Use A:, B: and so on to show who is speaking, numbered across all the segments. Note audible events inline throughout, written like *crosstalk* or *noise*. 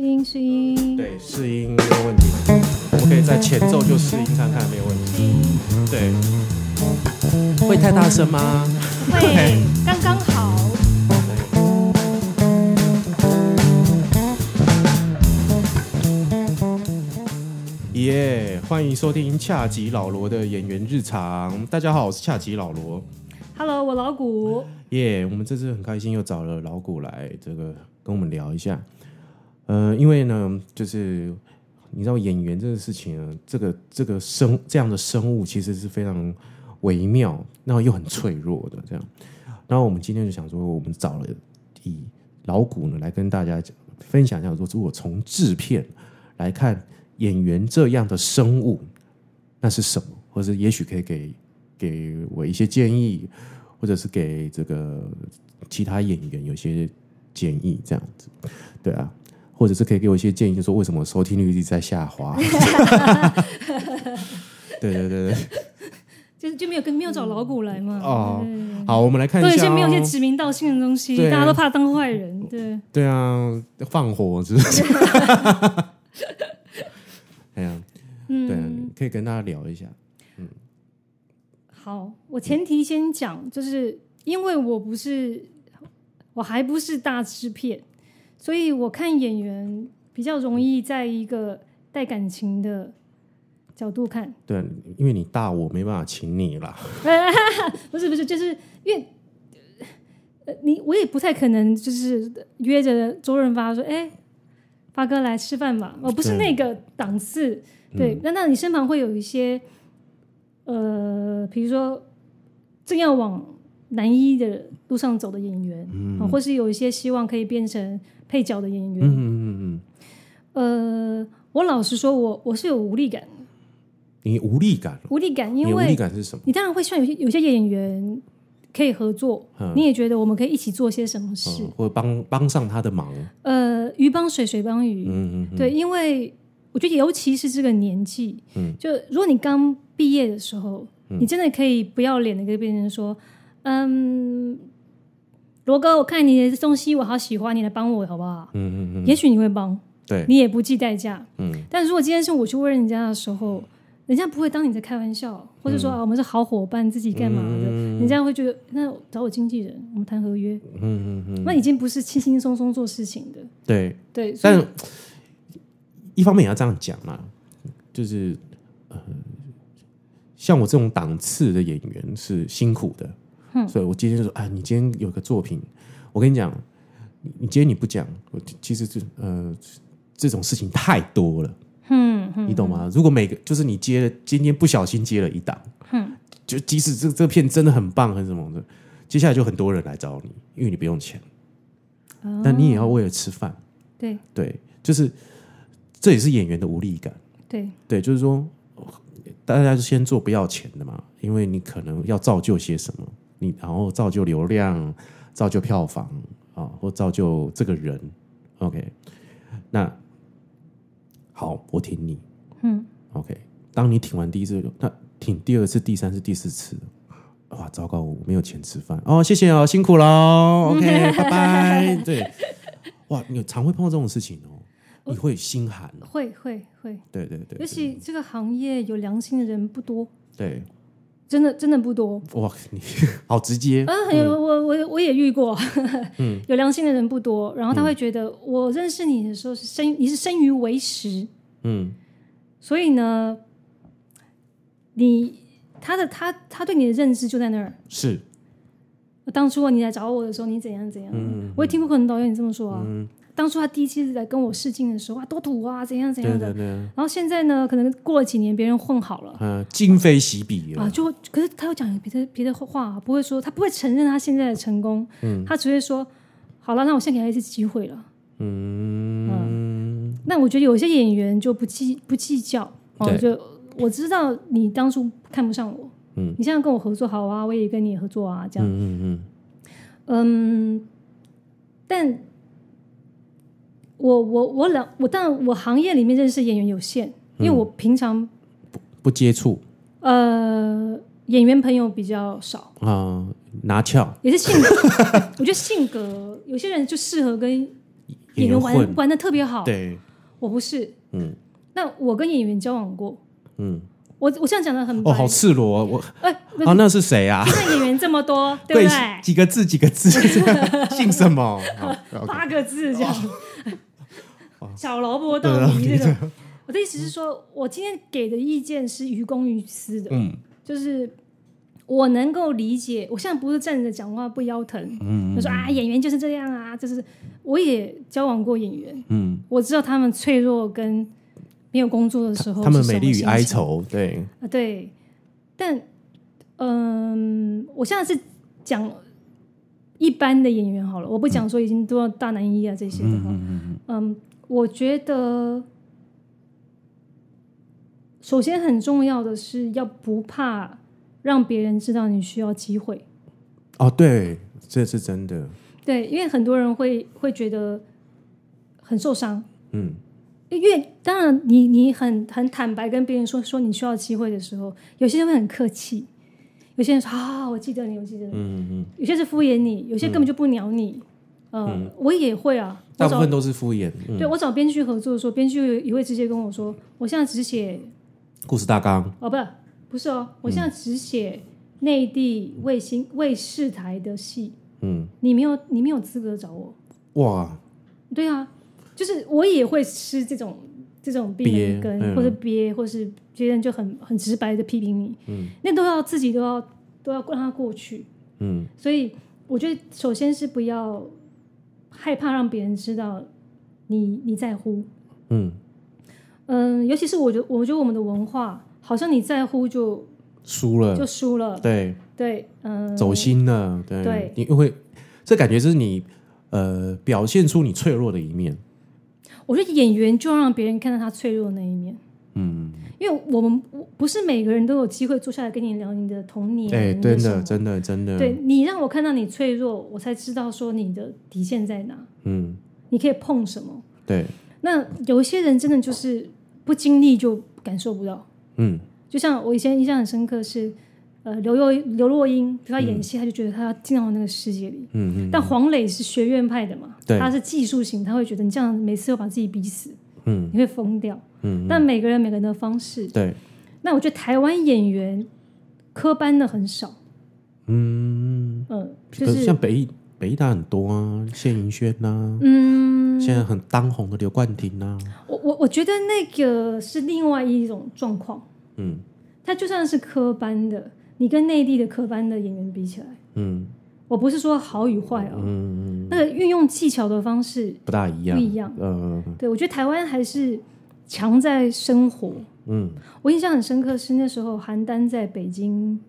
A: 试音，
B: 对，试音没有问题，我可以在前奏就试音看看，没有问题。对，会太大声吗？
A: 会刚刚好。
B: 耶欢迎收听恰吉老罗的演员日常。大家好，我是恰吉老罗。
A: Hello，我老谷，
B: 耶我们这次很开心又找了老谷来这个跟我们聊一下。呃，因为呢，就是你知道演员这个事情啊，这个这个生这样的生物其实是非常微妙，然后又很脆弱的这样。然后我们今天就想说，我们找了以老谷呢来跟大家讲分享一下，说如果从制片来看演员这样的生物，那是什么，或者也许可以给给我一些建议，或者是给这个其他演员有些建议，这样子，对啊，或者是可以给我一些建议，就说为什么收听率一直在
A: *laughs*
B: 下滑？对对对对，
A: 就是就没有跟没有找老谷来嘛。
B: 哦
A: 对，
B: 好，我们来看
A: 都有
B: 一
A: 一
B: 下、
A: 些
B: 哦，
A: 没有一些指名道姓的东西，
B: 对
A: 大家都怕当坏人。对，
B: 对啊，放火是不是？
A: *laughs*
B: 哎呀，对啊
A: 嗯，，
B: 可以跟大家聊一下，
A: 好，我前提先讲，就是因为我不是，我还不是大制片，所以我看演员比较容易在一个带感情的角度看。
B: 对，啊因为你大我没办法请你啦，
A: 不是不是，就是因为。呃，你我也不太可能，就是约着周润发说：“哎、发哥来吃饭吧。”哦，不是
B: 对
A: 那个档次，
B: 嗯
A: 对。那、那你身旁会有一些，呃，比如说正要往男一的路上走的演员，嗯或是有一些希望可以变成配角的演员。
B: 嗯嗯嗯，
A: 呃，我老实说我，我是有无力感，
B: 你无力感，
A: 无力感，
B: 你
A: 因
B: 的无
A: 为
B: 力感是什么？
A: 你当然会希望有些有些演员可以合作，
B: 嗯
A: 你也觉得我们可以一起做些什么事。
B: 嗯，或者帮帮上他的忙，
A: 呃，鱼帮水，水帮鱼，
B: 嗯嗯嗯，
A: 对，因为我觉得尤其是这个年纪，
B: 嗯
A: 就如果你刚毕业的时候，你真的可以不要脸的跟别人说，嗯，罗哥，我看你的东西我好喜欢，你来帮我好不好？
B: 嗯嗯嗯，
A: 也许你会帮，
B: 对，
A: 你也不计代价，
B: 嗯，
A: 但如果今天是我去问人家的时候，人家不会当你在开玩笑，或
B: 嗯
A: 者说、啊我们是好伙伴，自己干嘛的，人家会觉得那找我经纪人，我们谈合约，
B: 嗯嗯嗯，
A: 那已经不是轻轻松松做事情的，
B: 对，
A: 对，所以
B: 但一方面也要这样讲啦，就是呃，像我这种档次的演员是辛苦的，所以我今天就说，哎，你今天有个作品，我跟你讲，你你今天你不讲，我其实是呃这种事情太多了，
A: 嗯嗯
B: 你懂吗？如果每个就是你接了，今天不小心接了一档，就即使这这片真的很棒，很什么的，接下来就很多人来找你，因为你不用钱，
A: 哦
B: 但你也要为了吃饭。
A: 对
B: 对，就是这也是演员的无力感。
A: 对
B: 对，就是说大家就先做不要钱的嘛，因为你可能要造就些什么，你然后造就流量，造就票房啊，或造就这个人。OK，那好，我挺你。嗯，OK，当你挺完第一次，那挺第二次、第三次、第四次。哇，糟糕！我没有钱吃饭哦，谢谢哦，辛苦喽。OK，拜拜。
A: *laughs*
B: 对，哇，你常会碰到这种事情哦，你会心寒。
A: 会会会，
B: 对对对，
A: 尤其这个行业有良心的人不多，
B: 对，
A: 真的真的不多。
B: 哇，你 *laughs* 好直接，
A: 啊，很有我我我也遇
B: *laughs*
A: 过，
B: 嗯
A: 有良心的人不多，然后他会觉得我认识你的时候是生你是生于为时，
B: 嗯，
A: 所以呢，你他的他他对你的认知就在那儿。
B: 是，
A: 当初你来找我的时候，你怎样怎样，
B: 嗯
A: 我也听过很多导演这么说啊。当初他第一次来跟我试镜的时候啊，多土啊，怎样怎
B: 对
A: 样的。
B: 对对，
A: 然后现在呢，可能过了几年，别人混好了。
B: 呃，今非昔比
A: 啊，
B: 了，
A: 就可是他会讲别的别的话，不会说他不会承认他现在的成功，他只会说好了，那我先给他一次机会了。嗯
B: 嗯，
A: 那我觉得有些演员就不计不计较，哦，
B: 对
A: 就我知道你当初看不上我，
B: 嗯，
A: 你现在跟我合作好啊，我也跟你合作啊，这
B: 嗯
A: 样，
B: 嗯嗯，
A: 嗯，但我我我两我当然我行业里面认识演员有限，因为
B: 嗯
A: 我平常
B: 不接触
A: 呃演员朋友比较少，
B: 啊，拿翘，
A: 也是性格， *laughs* 我觉得性格有些人就适合跟演员
B: 演员
A: 玩
B: 混，
A: 玩的特别好，
B: 对，
A: 我不是。
B: 嗯
A: 那我跟演员交往过，
B: 嗯，
A: 我我现在讲的很白
B: 哦，，好赤裸、哦，
A: 哎、
B: 我啊，那是谁啊？
A: 现在演员这么
B: *laughs*
A: 多，对不对？
B: 几个字几个
A: *laughs*
B: 字， *laughs* 姓什么？好，OK
A: 八个字这样，小萝卜
B: 对
A: 到底
B: 对
A: 这种。我的意思是说，我今天给的意见是于公于私的，
B: 嗯
A: 就是我能够理解。我现在不是站着讲话不腰疼，
B: 嗯
A: 就说啊，演员就是这样啊，就是我也交往过演员，
B: 嗯，
A: 我知道他们脆弱跟没有工作的时候，
B: 他们美丽与哀愁，对，
A: 啊，对，但嗯、我现在是讲一般的演员好了，我不讲说已经多到大男一啊这些的哈。嗯我觉得首先很重要的是要不怕让别人知道你需要机会，
B: 哦，对，这是真的，
A: 对，因为很多人会会觉得很受伤。
B: 嗯
A: 越当然你，你很很坦白跟别人说说你需要机会的时候，有些人会很客气，有些人说啊，我记得你，我记得你，
B: 嗯嗯，
A: 有些是敷衍你，有些根本就不鸟你。呃，我也会啊，
B: 大
A: 我
B: 部
A: 找
B: 分都是敷衍，嗯，
A: 对我找编剧合作的时候，编剧也会直接跟我说，我现在只写
B: 故事大纲，
A: 哦，不不是哦，我现在只写内地卫星卫视台的戏，
B: 嗯，
A: 你没有你没有资格找我。
B: 哇，
A: 对啊，就是我也会吃这种这种病
B: 憋
A: 人根，
B: 嗯
A: 或者憋，或是别人就很很直白的批评你，嗯，那都要自己都要都要让它过去。
B: 嗯
A: 所以我觉得，首先是不要害怕让别人知道你你在乎，
B: 嗯，
A: 嗯，尤其是我觉得，我觉得我们的文化好像你在乎就
B: 输了，
A: 就输了，
B: 对，
A: 对，嗯，
B: 走心了，对，
A: 对
B: 你会，这感觉就是你呃表现出你脆弱的一面，
A: 我觉得演员就要让别人看到他脆弱的那一面。
B: 嗯，
A: 因为我们我不是每个人都有机会坐下来跟你聊你的童年，
B: 哎，
A: 你的
B: 真
A: 什
B: 的
A: 么
B: 真的真的，
A: 对，你让我看到你脆弱，我才知道说你的底线在哪，
B: 嗯，
A: 你可以碰什么。
B: 对，
A: 那有一些人真的就是不经历就感受不到，
B: 嗯
A: 就像我以前印象很深刻是，呃，刘若刘若英，她演戏，她就觉得她要进到那个世界里。
B: 嗯嗯
A: 但黄磊是学院派的嘛，
B: 对
A: 他是技术型，他会觉得你这样每次都把自己逼死，
B: 嗯
A: 你会疯掉。
B: 嗯，
A: 但每个人有每个人的方式，
B: 对，
A: 那我觉得台湾演员科班的很少，
B: 嗯。
A: 嗯，就
B: 可是
A: 是
B: 像北艺北艺大很多啊，谢盈萱呐、
A: 嗯，
B: 现在很当红的刘冠廷啊呐、
A: 我我我觉得那个是另外一种状况，
B: 嗯
A: 他就算是科班的，你跟内地的科班的演员比起来，
B: 嗯
A: 我不是说好与坏哦，
B: 嗯，嗯
A: 那个运用技巧的方式
B: 不大一样，
A: 不一样。
B: 呃，
A: 对我觉得台湾还是强在生活。
B: 嗯
A: 我印象很深刻是那时候韩丹在北京，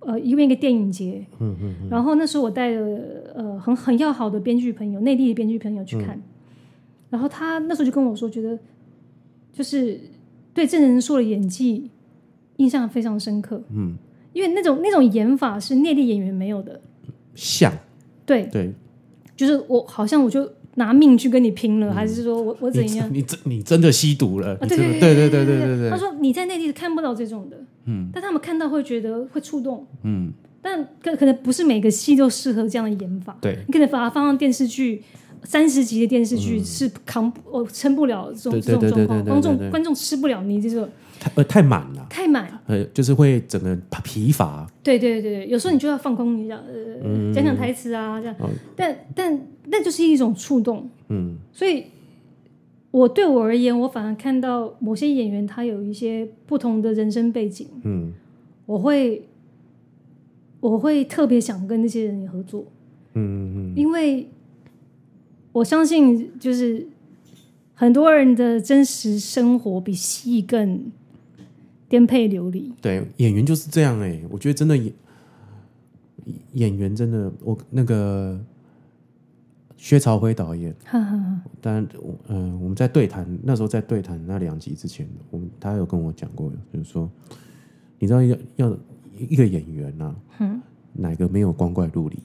A: 呃，因为一个电影节，
B: 嗯嗯
A: 然后那时候我带了呃很很要好的编剧朋友，内地的编剧朋友
B: 嗯
A: 去看，然后他那时候就跟我说，觉得就是对郑仁硕的演技印象非常深刻，
B: 嗯，
A: 因为那种那种演法是内地演员没有的，
B: 像
A: 对，
B: 对，
A: 就是我好像我就拿命去跟你拼
B: 嗯
A: 了，还是说我我
B: 你
A: 怎样？
B: 你真你真的吸毒了，
A: 啊，
B: 你
A: 对
B: 真的
A: 对
B: 对
A: 对
B: 对对
A: 他
B: 对，
A: 说你在内地是看不到这种的，嗯，但他们看到会觉得会触动，
B: 嗯
A: 但可可能不是每个戏都适合这样的演法，
B: 对
A: 你可能把它放到电视剧三十集的电视剧是扛不哦撑不了这种
B: 嗯对
A: 这种
B: 对
A: 状
B: 对对对
A: 况，
B: 对
A: 观
B: 对对
A: 众观众吃不了你这种
B: 太呃太满了，
A: 太满，
B: 呃就是会整个疲乏，
A: 对对对对，有时候你就要放空一下，
B: 嗯
A: 呃，讲讲台词啊这样，但但那就是一种触动，
B: 嗯
A: 所以我对我而言，我反而看到某些演员他有一些不同的人生背景，
B: 嗯
A: 我会我会特别想跟那些人合作，
B: 嗯嗯
A: 因为我相信，就是很多人的真实生活比戏更颠沛流离。 *laughs*
B: 对，演员就是这样哎、我觉得真的演演员真的，我那个薛朝辉导演，
A: 哈哈哈，
B: 当然我嗯、我们在对谈那时候在对谈那两集之前，我们他有跟我讲过，就是说，你知道要要一个演员呐、
A: 嗯
B: 哪个没有光怪
A: *laughs*
B: 陆离？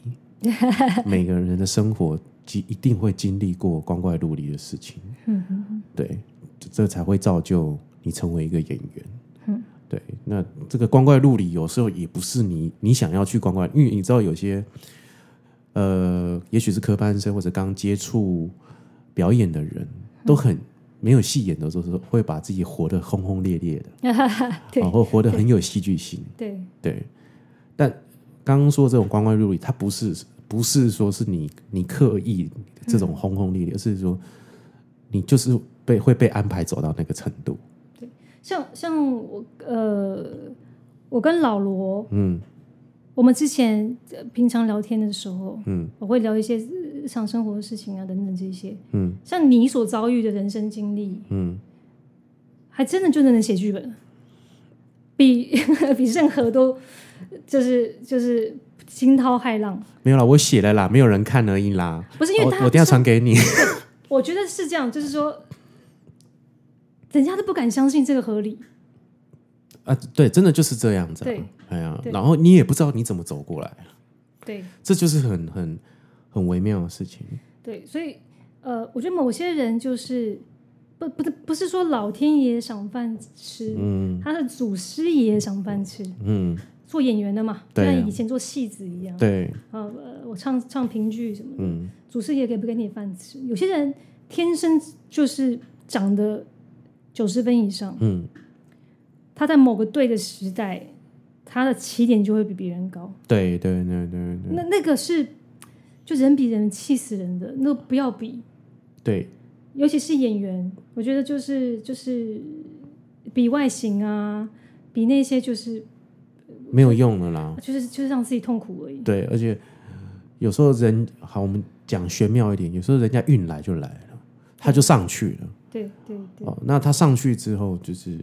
B: 每个人的生活经一定会经历过光怪陆离的事情，
A: 嗯嗯
B: 对，这这才会造就你成为一个演员。嗯，对。那这个光怪陆离有时候也不是你你想要去光怪，因为你知道有些呃，也许是科班生或者刚接触表演的人都很没有戏演的时候，会把自己活得轰轰烈烈的，
A: 对
B: 啊，或活得很有戏剧性。
A: 对
B: 对，但刚刚说这种光怪陆离，它不是不是说是你你刻意这种轰轰烈烈，而是说你就是被会被安排走到那个程度。
A: 像像我呃，我跟老罗，
B: 嗯
A: 我们之前呃平常聊天的时候，
B: 嗯
A: 我会聊一些日常生活的事情啊，等等这些。
B: 嗯
A: 像你所遭遇的人生经历，
B: 嗯，
A: 还真的就能写剧本了，比 *laughs* 比任何都就是就是惊涛骇浪。
B: 没有啦，我写了啦，没有人看而已啦。
A: 不是因为
B: 我
A: 他
B: 哦我等一下传给你。
A: 我觉得是这样，就是说，人家都不敢相信这个合理。
B: *laughs* 啊，对，真的就是这样子、啊。
A: 对，
B: 哎呀，
A: 对
B: 然后你也不知道你怎么走过来，
A: 对
B: 这就是很很很微妙的事情。
A: 对，所以呃，我觉得某些人就是不不是不是说老天爷赏饭吃，
B: 嗯
A: 他的祖师爷赏饭吃。
B: 嗯，
A: 做演员的嘛，就
B: 对啊
A: 像以前做戏子一样。
B: 对，
A: 呃，呃我唱唱评剧什么的，
B: 嗯
A: 祖师爷给不给你饭吃？有些人天生就是长得九十分以上，
B: 嗯，
A: 他在某个对的时代，他的起点就会比别人高。
B: 对对对对对
A: 那那个是就人比人气死人的，那个不要比，
B: 对，
A: 尤其是演员，我觉得就是就是比外形啊，比那些就是
B: 没有用了啦。
A: 就是就是让自己痛苦而已。
B: 对，而且有时候人好，我们讲玄妙一点，有时候人家运来就来了，他就上去了。
A: 对对对
B: 哦，那他上去之后，就是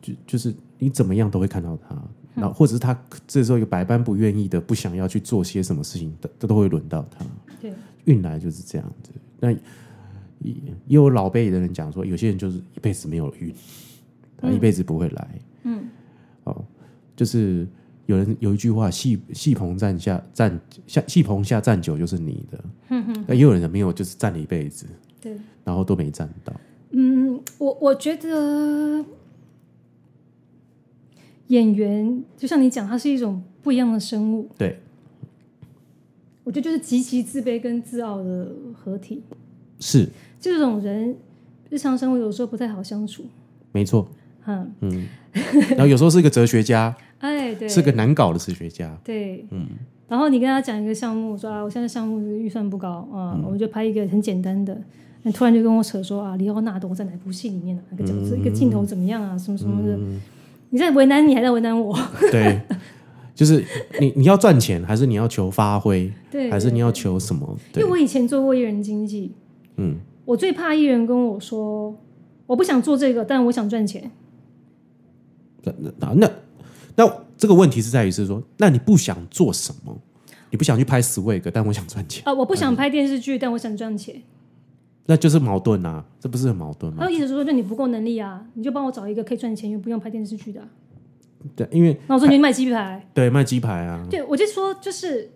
B: 就就是你怎么样都会看到他，
A: 嗯
B: 然后或者是他这时候有百般不愿意的，不想要去做些什么事情，都都会轮到他。
A: 对，
B: 运来就是这样子。那也也有老辈的人讲说，有些人就是一辈子没有运，他一辈子不会来。
A: 嗯，
B: 哦，就是有人有一句话，戏戏棚站下站下戏棚下站久就是你的。
A: 哼嗯哼，
B: 那也有人没有，就是站了一辈子，
A: 对。
B: 然后都没站到。
A: 嗯，我我觉得演员就像你讲，它是一种不一样的生物。
B: 对，
A: 我觉得就是极其自卑跟自傲的合体。
B: 是
A: 这种人日常生活有时候不太好相处。
B: 没错。
A: 嗯，
B: 然后有时候是个哲学家，
A: 哎，对，
B: 是个难搞的哲学家。
A: 对，嗯。然后你跟他讲一个项目，说啊，我现在项目预算不高啊，
B: 嗯
A: 我们就拍一个很简单的。那突然就跟我扯说啊，里奥纳多在哪部戏里面、啊、哪个角
B: 嗯
A: 色、一个镜头怎么样啊，什么什么的。你在为难你，还在为难我。
B: 对， *laughs* 就是你你要赚钱，还是你要求发挥，
A: 对，
B: 还是
A: 对
B: 你要求什么？
A: 因
B: 对
A: 为，我以前做过艺人经纪，
B: 嗯，
A: 我最怕艺人跟我说我不想做这个，但我想赚钱。
B: 那那那这个问题是在于是说，那你不想做什么？你不想去拍 swag，但我想赚钱，嗯
A: 啊，我不想拍电视剧，但我想赚钱。
B: 那就是矛盾啊，这不是很矛盾吗
A: 他？会一直说，那你不够能力啊，你就帮我找一个可以赚钱又不用拍电视剧的啊、
B: 对，因为
A: 那我说你去卖鸡排，
B: 对卖鸡排啊，
A: 对我就说就是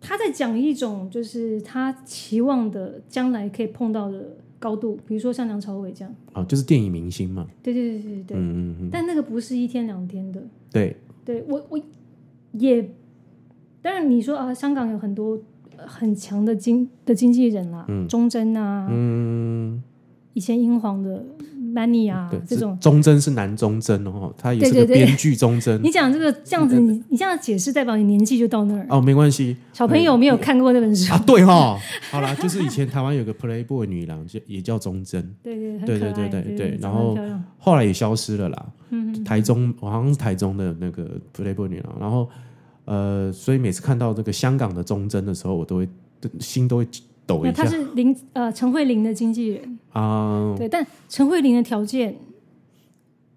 A: 他在讲一种就是他期望的将来可以碰到的高度，比如说像梁朝伟这样。
B: 哦，就是电影明星嘛，
A: 对对对对对对，
B: 嗯嗯嗯，
A: 但那个不是一天两天的。
B: 对，
A: 对我我也，当然你说啊，香港有很多呃很强的经的经纪人啦，钟珍啊，
B: 嗯，
A: 以前英皇的 Many 啊
B: 对，
A: 这种，
B: 忠贞是男忠贞哦，他也是
A: 对
B: 个
A: 对对
B: 编剧忠
A: *laughs*
B: 贞
A: 你讲这个这样子，
B: 嗯
A: 你你这样解释，代表你年纪就到那儿。
B: 哦，没关系
A: 小朋友没有看过那本书
B: 啊，，对哈，好啦，就是以前台湾有个 Playboy 女郎，就也叫忠贞，
A: 对对，很
B: 对
A: 可
B: 对
A: 爱，
B: 对对对，然
A: 长得很
B: 后
A: 漂亮
B: 后来也消失了啦。
A: 嗯
B: 台中好像是台中的那个 Playboy 女郎，然后呃，所以每次看到这个香港的忠贞的时候，我都会心都会抖
A: 那
B: 一
A: 他
B: 下
A: 是林呃陈慧琳的经纪人，
B: 啊。
A: 对，但陈慧琳的条件，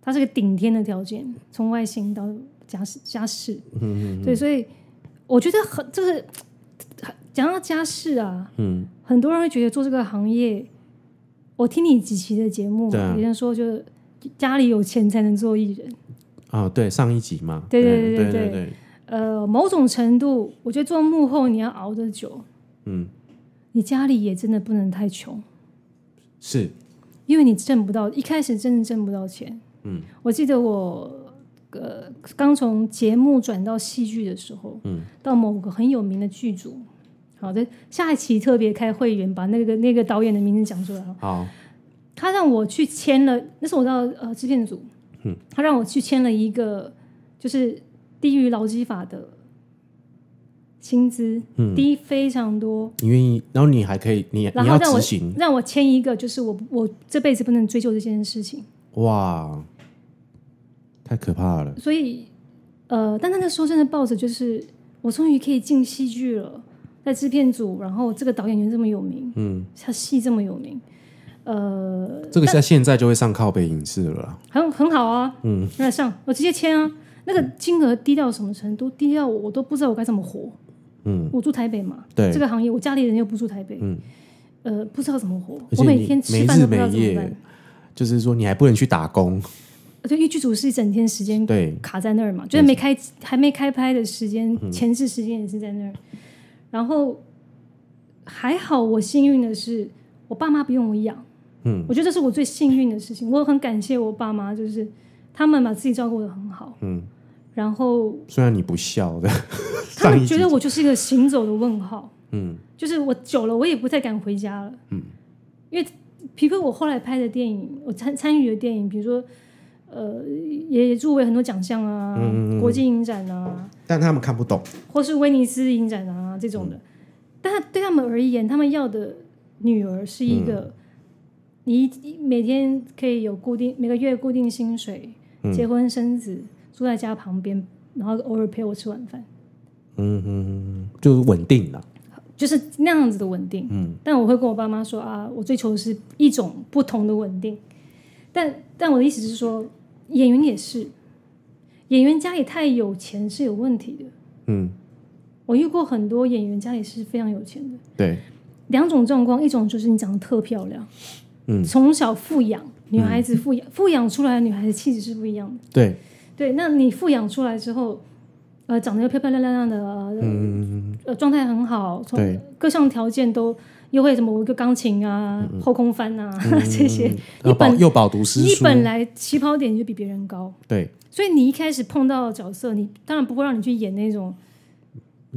A: 她是个顶天的条件，从外形到家世家世，
B: 嗯
A: 对，所以我觉得很这个讲到家事啊，
B: 嗯，
A: 很多人会觉得做这个行业，我听你几期的节目
B: 对啊
A: 嘛，有人说就是家里有钱才能做艺人，
B: 啊，对，上一集嘛，
A: 对对
B: 对
A: 对对
B: 对
A: 对
B: 对，
A: 呃，某种程度，我觉得做幕后你要熬得久，
B: 嗯，
A: 你家里也真的不能太穷，
B: 是，
A: 因为你挣不到，一开始真的挣不到钱。
B: 嗯，
A: 我记得我呃刚从节目转到戏剧的时候，
B: 嗯，
A: 到某个很有名的剧组，啊、好的，下一期特别开会员，把那个那个导演的名字讲出来。
B: 好，
A: 他让我去签了，那时候我到呃制片组，嗯，他让我去签了一个就是低于劳基法的薪资，
B: 嗯
A: 低非常多。
B: 你愿意，然后你还可以，你
A: 然
B: 你
A: 后
B: 要
A: 让我
B: 执行，
A: 让我签一个，就是我不我这辈子不能追究这件事情。
B: 哇，太可怕了，
A: 所以，呃，但那个时候真的抱着就是我终于可以进戏剧了，在制片组，然后这个导演员这么有名，
B: 嗯，
A: 他戏这么有名，呃，
B: 这个在现在就会上靠北影视了啦，
A: 很很好啊，嗯，那上我直接签啊，那个金额低到什么程度？低到我我都不知道我该怎么活。
B: 嗯，
A: 我住台北嘛，
B: 对
A: 这个行业，我家里人又不住台北，
B: 嗯，
A: 呃，不知道怎么活，
B: 而
A: 我
B: 且
A: 每
B: 你
A: 天吃
B: 没
A: 饭
B: 日
A: 都不知道
B: 没
A: 怎么办
B: 夜。，就是说你还不能去打工，
A: 对，因为剧组是一整天时间
B: 对，
A: 卡在那儿嘛，就是没开还没开拍的时间，
B: 嗯
A: 前置时间也是在那儿。然后还好，我幸运的是，我爸妈不用我养，
B: 嗯
A: 我觉得这是我最幸运的事情。我很感谢我爸妈，就是他们把自己照顾的很好，
B: 嗯，
A: 然后
B: 虽然你不笑 *laughs* 的，
A: 他
B: 上
A: 们
B: 一
A: 觉
B: 集
A: 得，我就是一个行走的问号，
B: 嗯
A: 就是我久了我也不太敢回家了，嗯，因为皮克我后来拍的电影，我参参与的电影，比如说。呃，也也入围很多奖项啊，
B: 嗯嗯嗯
A: 国际影展啊，
B: 但他们看不懂，
A: 或是威尼斯影展啊这种的。但对他们而言，他们要的女儿是一个，你一每天可以有固定每个月固定薪水，结婚生子，住在家旁边，然后偶尔陪我吃晚饭，
B: 嗯嗯，就是稳定了，
A: 就是那样子的稳定。
B: 嗯，
A: 但我会跟我爸妈说啊，我追求的是一种不同的稳定。但但我的意思是说，演员也是，演员家里太有钱是有问题的。
B: 嗯，
A: 我遇过很多演员家里是非常有钱的，
B: 对，
A: 两种状况，一种就是你长得特漂亮，
B: 嗯
A: 从小富养女孩子富养、富养出来的女孩子气质是不一样的。
B: 对，
A: 对，那你富养出来之后，呃，长得又漂漂亮亮的，呃
B: 嗯，
A: 呃，状态很好，
B: 对
A: 从各项条件都又会什么，我一个钢琴啊，后空翻啊、 *laughs* 这些，
B: 又
A: 你
B: 饱
A: 本
B: 又饱读诗
A: 你
B: 嗯书，
A: 本来起跑点就比别人高，
B: 对，
A: 所以你一开始碰到的角色，你当然不会让你去演那种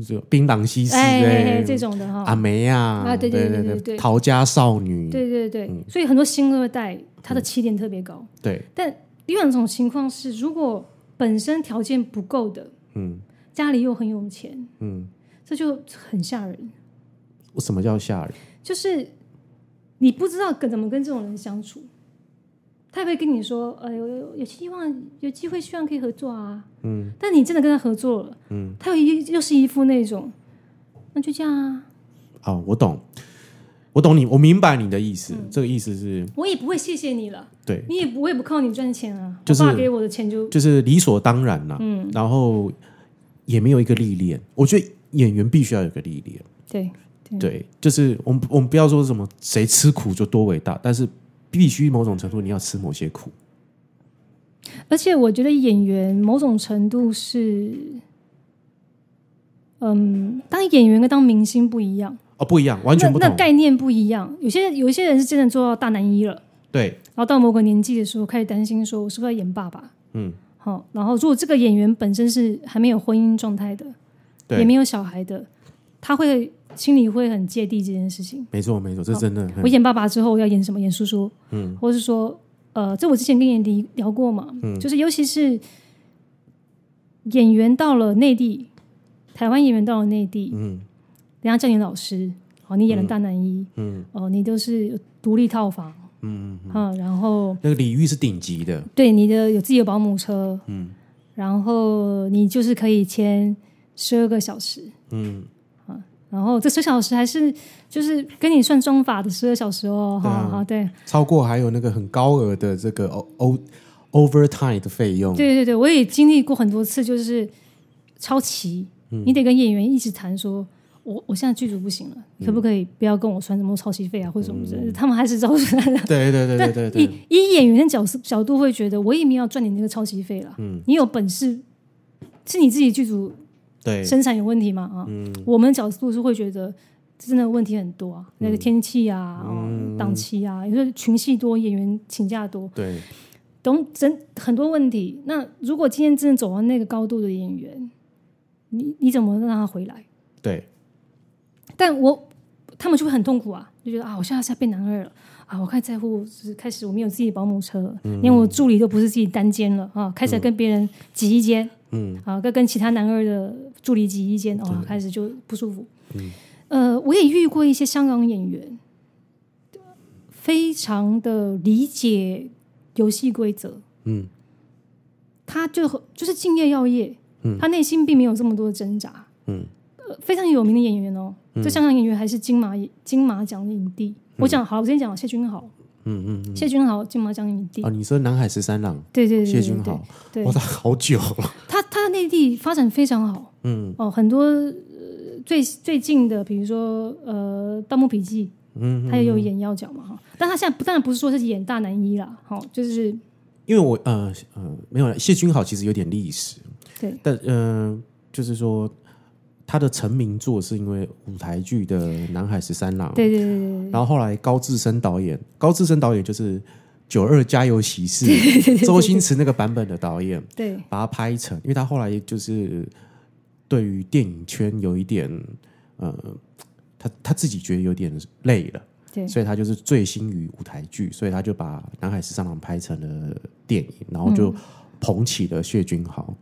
B: 就槟榔西施
A: 哎哎
B: 哎
A: 哎，这种的哈。
B: 阿梅呀，
A: 啊对对
B: 对
A: 对对
B: 对
A: 对对
B: 陶家少女，
A: 对对对，
B: 嗯
A: 所以很多星二代他的起点特别高，
B: 对，
A: 但另外一种情况是，如果本身条件不够的，
B: 嗯
A: 家里又很有钱，
B: 嗯，
A: 这就很吓人。
B: 什么叫吓人？
A: 就是你不知道跟怎么跟这种人相处，他也会跟你说，呃，有有有希望，有机会，希望可以合作啊。
B: 嗯，
A: 但你真的跟他合作了，
B: 嗯，
A: 他又一又是一副那种，那就这样啊，
B: 哦，我懂，我懂你，我明白你的意思，
A: 嗯
B: 这个意思是
A: 我也不会谢谢你了，
B: 对，
A: 你也不会不靠你赚钱啊，
B: 就是
A: 我爸给我的钱就
B: 就是理所当然啦，
A: 嗯，
B: 然后也没有一个历练，我觉得演员必须要有个历练。
A: 对对
B: 对，就是我们我们不要说什么谁吃苦就多伟大，但是必须某种程度你要吃某些苦。
A: 而且我觉得演员某种程度是，嗯，当演员跟当明星不一样，
B: 哦，不一样，完全不
A: 那那。
B: 同
A: 概念不一样。有些有一些人是真的做到大男一了，
B: 对，
A: 然后到某个年纪的时候开始担心，说我是不是要演爸爸？
B: 嗯，
A: 好、然后如果这个演员本身是还没有婚姻状态的，也
B: 对，
A: 没有小孩的，他会心里会很芥蒂这件事情。
B: 没错，没错，这真的
A: 哦我
B: 很
A: 演爸爸之后要演什么？演叔叔，嗯，或是说，呃，这我之前跟演迪聊过嘛，嗯，就是尤其是演员到了内地，台湾演员到了内地，
B: 嗯
A: 人家叫你老师，哦，你演了大男一，
B: 嗯
A: 哦，你都是有独立套房，
B: 嗯，
A: 嗯，然后
B: 那个礼遇是顶级的，
A: 对你的有自己的保姆车，
B: 嗯
A: 然后你就是可以签十二个小时，啊
B: 嗯，
A: 然后这十小时还是就是跟你算中法的十二小时哦，
B: 对
A: 哈、
B: 啊
A: 好对，
B: 超过还有那个很高额的这个 o o overtime 的费用。
A: 对对对，我也经历过很多次，就是超期，你得跟演员一直谈说。我我现在剧组不行了，可不可以不要跟我算什么超期费啊，或者什么之类的？他们还是照算的。
B: 对对对对对
A: 以
B: 对，
A: 以演员的角色角度会觉得，我也没有要赚你那个超期费了。
B: 嗯
A: 你有本事，是你自己剧组
B: 对，
A: 生产有问题嘛？啊，我们角度是会觉得真的问题很多啊，那个天气啊、哦档期啊，有时候群戏多，演员请假多，
B: 对，
A: 懂整很多问题。那如果今天真的走到那个高度的演员，你你怎么让他回来？
B: 对，
A: 但我他们就会很痛苦啊，就觉得啊，我现在是要变男二了啊，我开始在乎，就是开始我没有自己的保姆车了，连我助理都不是自己单间了啊，开始跟别人挤一间，嗯，啊，跟跟其他男二的助理挤一间，哦，开始就不舒服。呃，我也遇过一些香港演员，非常的理解游戏规则，
B: 嗯，
A: 他就就是敬业要业，他内心并没有这么多的挣扎，
B: 嗯
A: 呃，非常有名的演员哦，这香港演员还是金马金马奖的影帝。我讲好，我先讲谢君豪，
B: 嗯嗯嗯。
A: 谢君豪金马奖影帝，
B: 啊，你说南海十三郎，
A: 对对对，
B: 谢
A: 对
B: 君豪，哦
A: 对
B: 哇，
A: 对
B: 他好久 *laughs* 了，
A: 他他内地发展非常好，
B: 嗯
A: 哦，很多、呃最最近的，比如说呃《盗墓笔记》，
B: 嗯，
A: 他也有演妖角嘛哈，但他现在不当然不是说是演大男一啦，哈，就是
B: 因为我呃呃没有啦谢君豪其实有点历史，
A: 对
B: 但呃就是说他的成名作是因为舞台剧的《南海十三郎》，
A: 对对对对
B: 然后后来高志森导演，高志森导演就是《九二加油喜事》
A: *laughs*
B: 周星驰那个版本的导演，
A: 对
B: 把它拍成，因为他后来就是对于电影圈有一点呃，他他自己觉得有点累了。
A: 对对
B: 所以他就是醉心于舞台剧，所以他就把《南海十三郎》拍成了电影，然后
A: 嗯
B: 就捧起了谢君豪。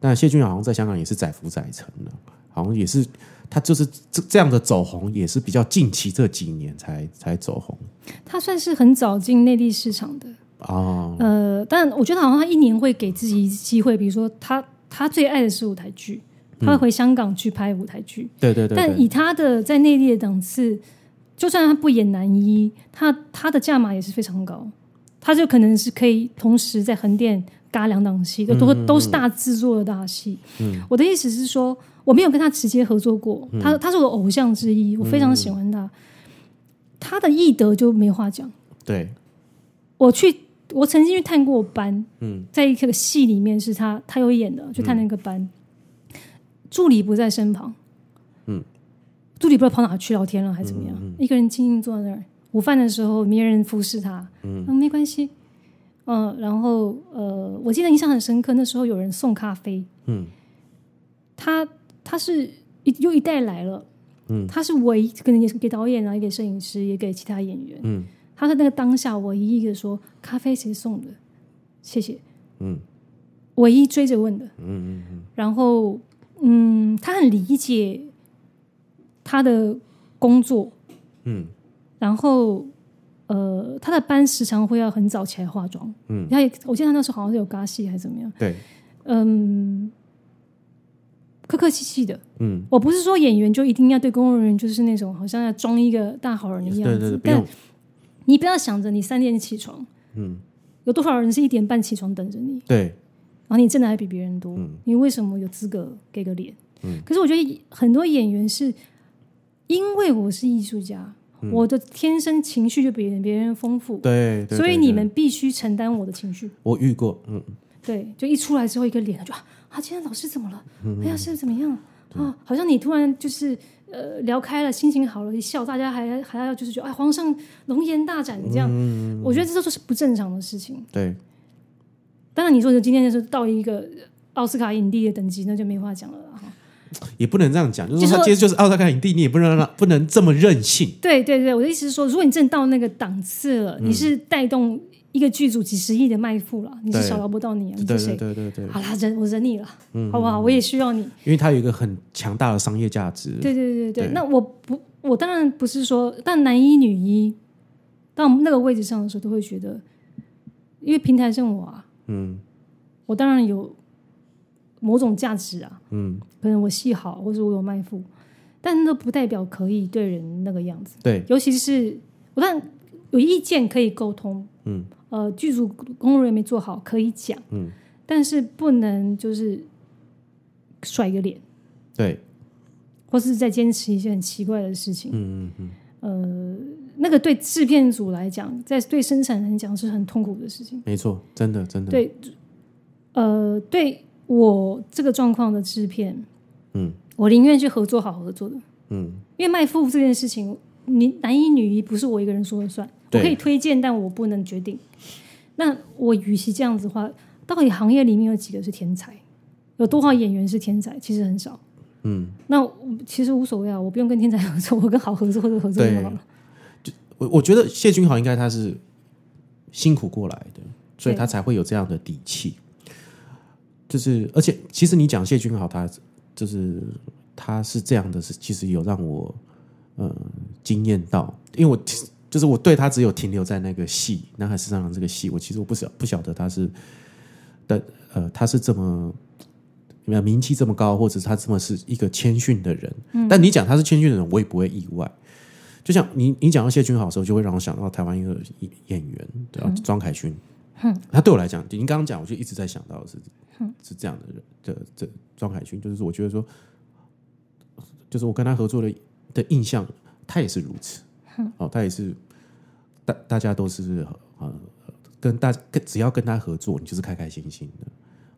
B: 那谢君豪好像在香港也是载浮载沉的，好像也是他就是这这样的走红，也是比较近期这几年才才走红
A: 他算是很早进内地市场的，
B: 啊。
A: 呃，但我觉得好像他一年会给自己机会，比如说他他最爱的是舞台剧，他会回香港去拍舞台剧，
B: 对对对
A: 但
B: 对，
A: 以他的在内地的档次，就算他不演男一，他他的价码也是非常高，他就可能是可以同时在横店嘎两档戏，都
B: 嗯
A: 都都是大制作的大戏。我的意思是说，我没有跟他直接合作过，
B: 嗯
A: 他他是我的偶像之一，我非常喜欢他，他的艺德就没话讲。
B: 对，
A: 我去，我曾经去探过班，
B: 嗯，
A: 在一个戏里面是他，他有演的，去探那个班，助理不在身旁，
B: 嗯，
A: 助理不知道跑哪去聊天了，还是怎么样，一个人静静坐在那儿。午饭的时候没人服侍他，嗯，没关系，嗯、然后呃，我记得印象很深刻，那时候有人送咖啡，
B: 嗯，
A: 他他是一又一代来了。
B: 嗯
A: 他是唯一，可能也是给导演啊，也给摄影师，也给其他演员。
B: 嗯
A: 他在那个当下唯一的说：“咖啡谁送的？谢谢。
B: 嗯”
A: 唯一追着问的。
B: 嗯嗯嗯，
A: 然后，嗯，他很理解他的工作，
B: 嗯，
A: 然后，呃，他的班时常会要很早起来化妆，
B: 嗯，
A: 他也，我记得他那时候好像是有尬戏还是怎么样，
B: 对，
A: 嗯，客客气气的。
B: 嗯，
A: 我不是说演员就一定要对工作人员就是那种好像要装一个大好人的样
B: 对
A: 子，
B: 对对，不
A: 但
B: 用，
A: 你不要想着你三点起床，
B: 嗯，
A: 有多少人是一点半起床等着你，
B: 对，
A: 然后你挣的还比别人多，
B: 嗯
A: 你为什么有资格给个脸？
B: 嗯
A: 可是我觉得很多演员是因为我是艺术家，我的天生情绪就比别人丰富，
B: 嗯对，对
A: 所以
B: 对
A: 你
B: 对
A: 们必须承担我的情绪。
B: 我遇过，嗯，
A: 对，就一出来之后一个脸就啊，啊，今天老师怎么了？
B: 嗯
A: 哎呀，是怎么样啊？好像你突然就是呃聊开了，心情好了，一笑，大家还还要就是觉得哎，皇上龙颜大展这样。
B: 嗯
A: 我觉得这都是不正常的事情。
B: 对，
A: 当然，你说的今天就是到一个呃奥斯卡影帝的等级，那就没话讲了啦。哈
B: 也不能这样讲，就是
A: 就
B: 说
A: 说
B: 他其实就是奥斯卡影帝，你也不能让他不能这么任性，
A: 对对对，我的意思是说，如果你真的到那个档次了，你是带动一个剧组几十亿的卖付了，你是
B: 嗯对
A: 小劳不到你啊，
B: 对
A: 你是
B: 对
A: 谁？
B: 对对对。嗯
A: 好啦，忍我忍你了，好不好？我也需要你。
B: 因为它有一个很强大的商业价值。
A: 对对对对，
B: 对
A: 那我不，我当然不是说，但男一女一到那个位置上的时候，都会觉得，因为平台认我啊，
B: 嗯
A: 我当然有某种价值啊，
B: 嗯，
A: 可能我戏好，或者我有卖付，但那不代表可以对人那个样子，
B: 对，
A: 尤其是我当然有意见可以沟通，
B: 嗯，
A: 呃，剧组工作人员没做好可以讲，
B: 嗯，
A: 但是不能就是甩个脸，
B: 对，
A: 或是在坚持一些很奇怪的事情。
B: 嗯嗯嗯，
A: 呃，那个对制片组来讲，在对生产人讲是很痛苦的事情。
B: 没错，真的真的。，
A: 对，呃，对我这个状况的制片，
B: 嗯
A: 我宁愿去合作好合作的，
B: 嗯，
A: 因为卖付这件事情，你男一女一不是我一个人说了算，我
B: 对
A: 可以推荐，但我不能决定。那我与其这样子的话，到底行业里面有几个是天才？有多少演员是天才？其实很少。嗯，那我其实无所谓啊，我不用跟天才合作，我跟好合作的合作就好
B: *laughs*
A: 了。
B: 我我觉得谢君豪应该他是辛苦过来的，所以他才会有这样的底气。就是，而且其实你讲谢君豪他，就是他是这样的，是其实有让我呃惊艳到，因为我其实就是我对他只有停留在那个戏《南海市场》这个戏，我其实我不晓不晓得他是的呃他是这么。呃名气这么高，或者是他这么是一个谦逊的人，但你讲他是谦逊的人，我也不会意外。就像你你讲到谢君豪的时候，就会让我想到台湾一个演员，对啊，庄凯勋。他对我来讲，您刚刚讲，我就一直在想到的是，是这样的人的这庄凯勋，就是我觉得说，就是我跟他合作的的印象，他也是如此。哦，他也是大大家都是呃，跟大跟只要跟他合作，你就是开开心心的。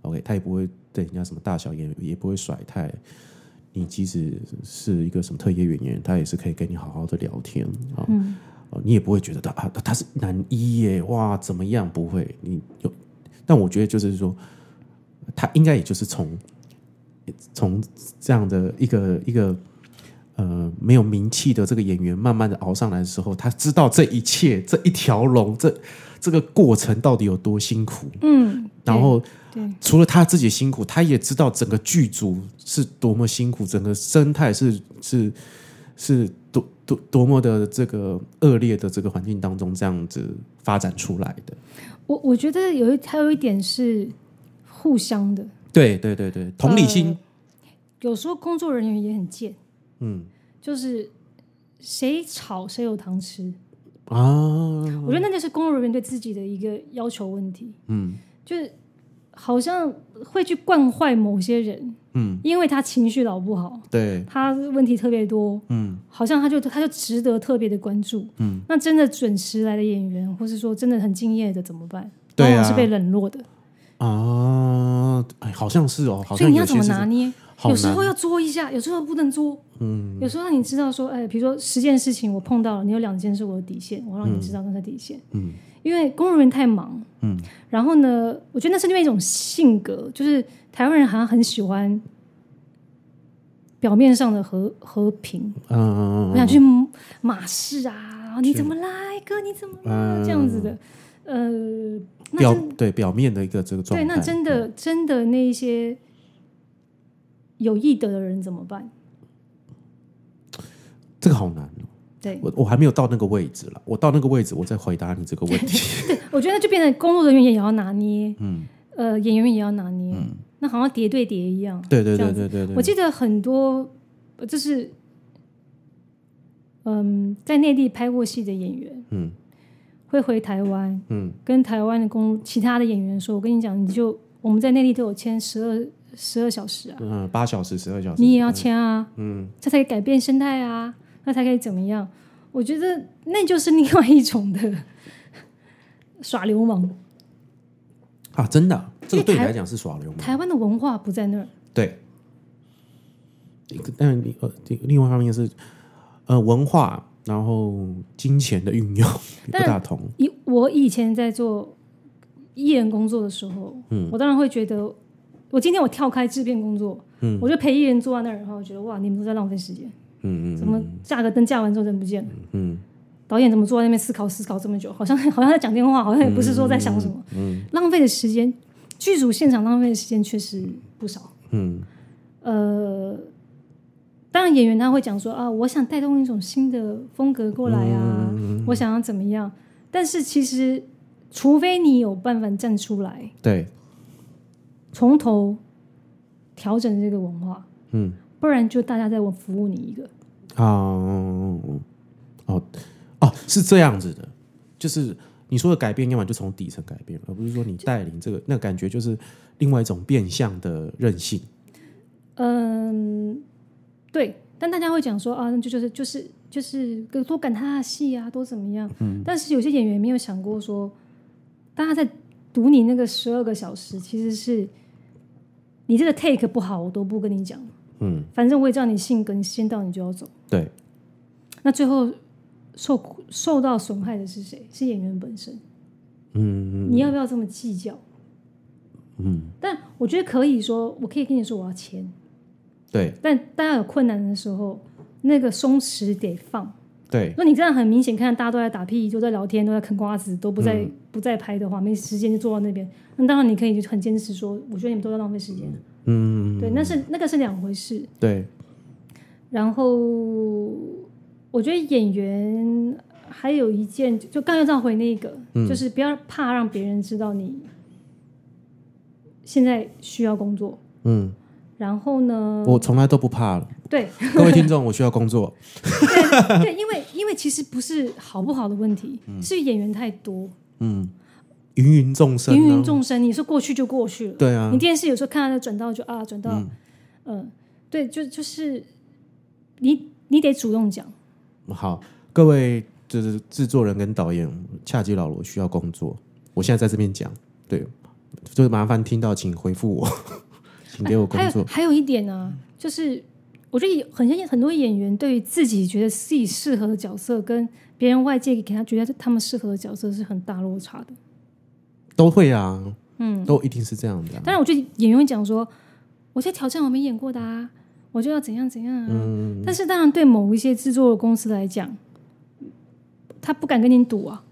B: OK，他也不会对人家什么大小眼，也不会甩太。你即使是一个什么特约演员，他也是可以跟你好好的聊天啊、哦哦你也不会觉得他啊他是男一耶，哇怎么样？不会，你有。但我觉得就是说，他应该也就是从从这样的一个一个呃没有名气的这个演员，慢慢的熬上来的时候，他知道这一切这一条龙这这个过程到底有多辛苦，
A: 嗯，
B: 然后。
A: 对
B: 除了他自己辛苦，他也知道整个剧组是多么辛苦，整个生态是是是多多多么的这个恶劣的这个环境当中这样子发展出来的。
A: 我我觉得有一还有一点是互相的，
B: 对对对对，同理心，
A: 有时候工作人员也很贱，
B: 嗯
A: 就是谁吵谁有糖吃。
B: 啊，
A: 我觉得那就是工作人员对自己的一个要求问题，
B: 嗯
A: 就是好像会去惯坏某些人，
B: 嗯，
A: 因为他情绪老不好，
B: 啊对，
A: 他问题特别多，
B: 嗯
A: 好像他就他就值得特别的关注。嗯，那真的准时来的演员，或是说真的很敬业的怎么办？
B: 对啊
A: 往往是被冷落的，
B: 啊，哎，好像是哦，好
A: 所
B: 像
A: 以你要
B: 有
A: 怎
B: 些
A: 么
B: 是
A: 拿捏？
B: 好
A: 有时候
B: 难，
A: 要作一下，有时候不能作。嗯，有时候让你知道说，哎，比如说十件事情我碰到了，你有两件是我的底线，我让你知道那是底线。
B: 嗯，
A: 因为工作人员太忙。
B: 嗯，
A: 然后呢，我觉得那是另外一种性格，就是台湾人好像很喜欢表面上的和和平，
B: 嗯
A: 我想去马市啊，你怎么来哥？你怎么了？这样子的，呃，那
B: 嗯表
A: 真
B: 对表面的一个这个状
A: 对，
B: 态，嗯
A: 那真的真的那一些有义德的人怎么办？
B: 这个好难哦。
A: 对，
B: 我我还没有到那个位置了，我到那个位置，我再回答你这个问题。
A: 我觉得就变成工作人员也要拿捏，
B: 嗯，
A: 呃，演员也要拿捏，那好像叠对叠一样。
B: 对 *laughs*
A: 这
B: 对对
A: 样子
B: 对对对，
A: 我记得很多呃就是，嗯，在内地拍过戏的演员
B: 嗯
A: 会回台湾，
B: 嗯
A: 跟台湾的工其他的演员说，我跟你讲，你就我们在内地都有签十二十二小时啊，
B: 嗯，八小时、十二小时，
A: 你也要签啊，
B: 嗯，
A: 这才可以改变生态啊，那才可以怎么样？我觉得那就是另外一种的 *laughs* 耍流氓。
B: 啊，真的啊、这个对你
A: 台
B: 来讲是耍流氓。
A: 台湾的文化不在那儿，
B: 对，但你呃，另另外一方面是呃文化，然后金钱的运
A: *laughs*
B: 用也不
A: 但
B: 大同。
A: 以我以前在做艺人工作的时候，
B: 嗯
A: 我当然会觉得，我今天我跳开制片工作，我就陪艺人坐在那儿，然后我觉得哇，你们都在浪费时间，
B: 嗯
A: 怎么架个灯架完之后人不见了？
B: 嗯嗯
A: 导演怎么坐在那边思考思考这么久？好像 *laughs* 好像在讲电话，好像也不是说在想什么，浪费的时间，剧组现场浪费的时间确实不少。
B: 嗯，
A: 呃，当然演员他会讲说啊，我想带动一种新的风格过来啊，我想要怎么样？但是其实，除非你有办法站出来，
B: 对，
A: 从头调整这个文化，
B: 嗯
A: 不然就大家在我服务你一个。
B: 啊，哦哦哦，是这样子的，就是你说的改变，要么就从底层改变，而不是说你带领这个，那感觉就是另外一种变相的任性。
A: 嗯，对。但大家会讲说啊，那就就是就是就是多赶他的戏啊，多怎么样？嗯。但是有些演员没有想过说，大家在读你那个十二个小时，其实是你这个 take 不好，我都不跟你讲，
B: 嗯，
A: 反正我也知道你性格，你先到你就要走。
B: 对，
A: 那最后受苦受到损害的是谁？是演员本身。
B: 嗯
A: 你要不要这么计较？
B: 嗯，
A: 但我觉得可以说，我可以跟你说我要签，
B: 对
A: 但大家有困难的时候，那个松弛得放。
B: 对
A: 如果你这样很明显看到大家都在打屁，都在聊天，都在啃瓜子，都不在、
B: 嗯
A: 不在拍的话，没时间就坐到那边。那当然你可以就很坚持说，我觉得你们都在浪费时间。嗯，对，那是那个是两回事。
B: 对，
A: 然后我觉得演员还有一件，就刚要上回那个，
B: 嗯
A: 就是不要怕让别人知道你现在需要工作。
B: 嗯，
A: 然后呢，
B: 我从来都不怕了。
A: 对
B: 各位听众，我需要工作。 *laughs*
A: 对，因为 *laughs* 因为其实不是好不好的问题，是演员太多，
B: 嗯，芸芸嗯众生、啊，
A: 芸芸众生，你说过去就过去了。
B: 对啊
A: 你，电视有时候看到转到就啊转到，嗯、对，就就是你你得主动讲，
B: 好，各位就是制作人跟导演，恰吉老罗需要工作，我现在在这边讲，对，就是麻烦听到请回复我， *laughs* 请给我工
A: 还有
B: 作。
A: 还有一点呢、就是我觉得有很像很多演员对于自己觉得自己适合的角色，跟别人外界给他觉得他们适合的角色是很大落差的。
B: 都会啊，嗯，都一定是这样的啊、
A: 当然，我觉得演员会讲说，我在挑战我没演过的啊，我就要怎样怎样啊。
B: 嗯
A: 但是当然，对某一些制作公司来讲，他不敢跟你赌啊。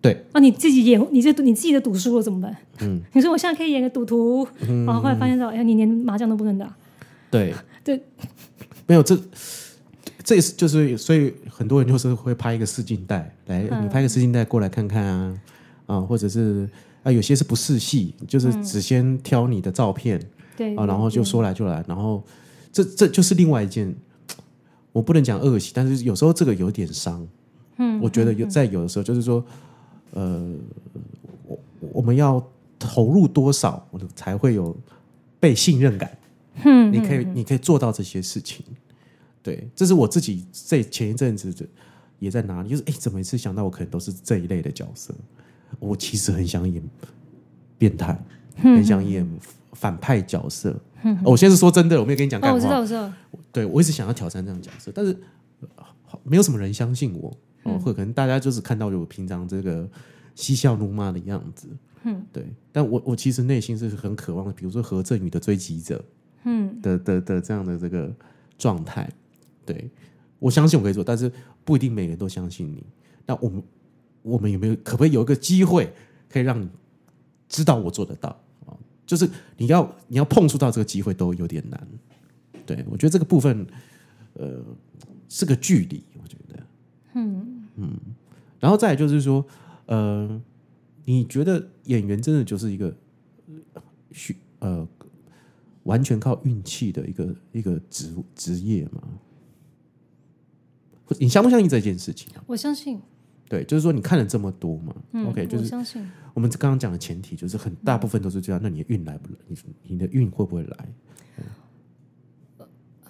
B: 对
A: 啊，你自己演，你这你自己的赌输了怎么办？嗯， *laughs* 你说我现在可以演个赌徒，
B: 嗯
A: 然后后来发现到，哎呀，你连麻将都不能打，
B: *laughs* 对
A: 对，
B: 没有这，这也是就是所以很多人就是会拍一个试镜带来，你拍个试镜带过来看看啊啊，或者是啊有些是不试戏，就是只先挑你的照片，
A: 对
B: 啊，然后就说来就来，然后这这就是另外一件，我不能讲恶习，但是有时候这个有点伤。嗯，我觉得有在有的时候就是说，呃，我我们要投入多少才会有被信任感？嗯，你可以你可以做到这些事情。对，这是我自己这前一阵子的也在哪里，就是哎，怎么每次想到我可能都是这一类的角色，我其实很想演变态，很想演反派角色。哦我现在是说真的，我没有跟你讲干
A: 哦，我
B: 话。
A: 知道，我知道，
B: 对我一直想要挑战这样的角色，但是呃好没有什么人相信我，哦，或者可能大家就是看到我平常这个嬉笑怒骂的样子，嗯，对，但我我其实内心是很渴望的，比如说何振宇的追击者，嗯，的的的这样的这个状态，对我相信我可以做，但是不一定每个人都相信你。那我们我们有没有可不可以有一个机会，可以让你知道我做得到哦就是你要你要碰触到这个机会都有点难。对，我觉得这个部分，呃，是个距离，我觉得，嗯嗯，然后再来就是说，呃，你觉得演员真的就是一个，呃需呃，完全靠运气的一个一个职职业吗？或你相不相信这件事情？啊
A: 我相信，
B: 对，就是说你看了这么多嘛、
A: 嗯
B: o k 就
A: 我
B: 是
A: 相信，
B: 我们刚刚讲的前提就是很大部分都是这样，那你的运来不来？你你的运会不会来？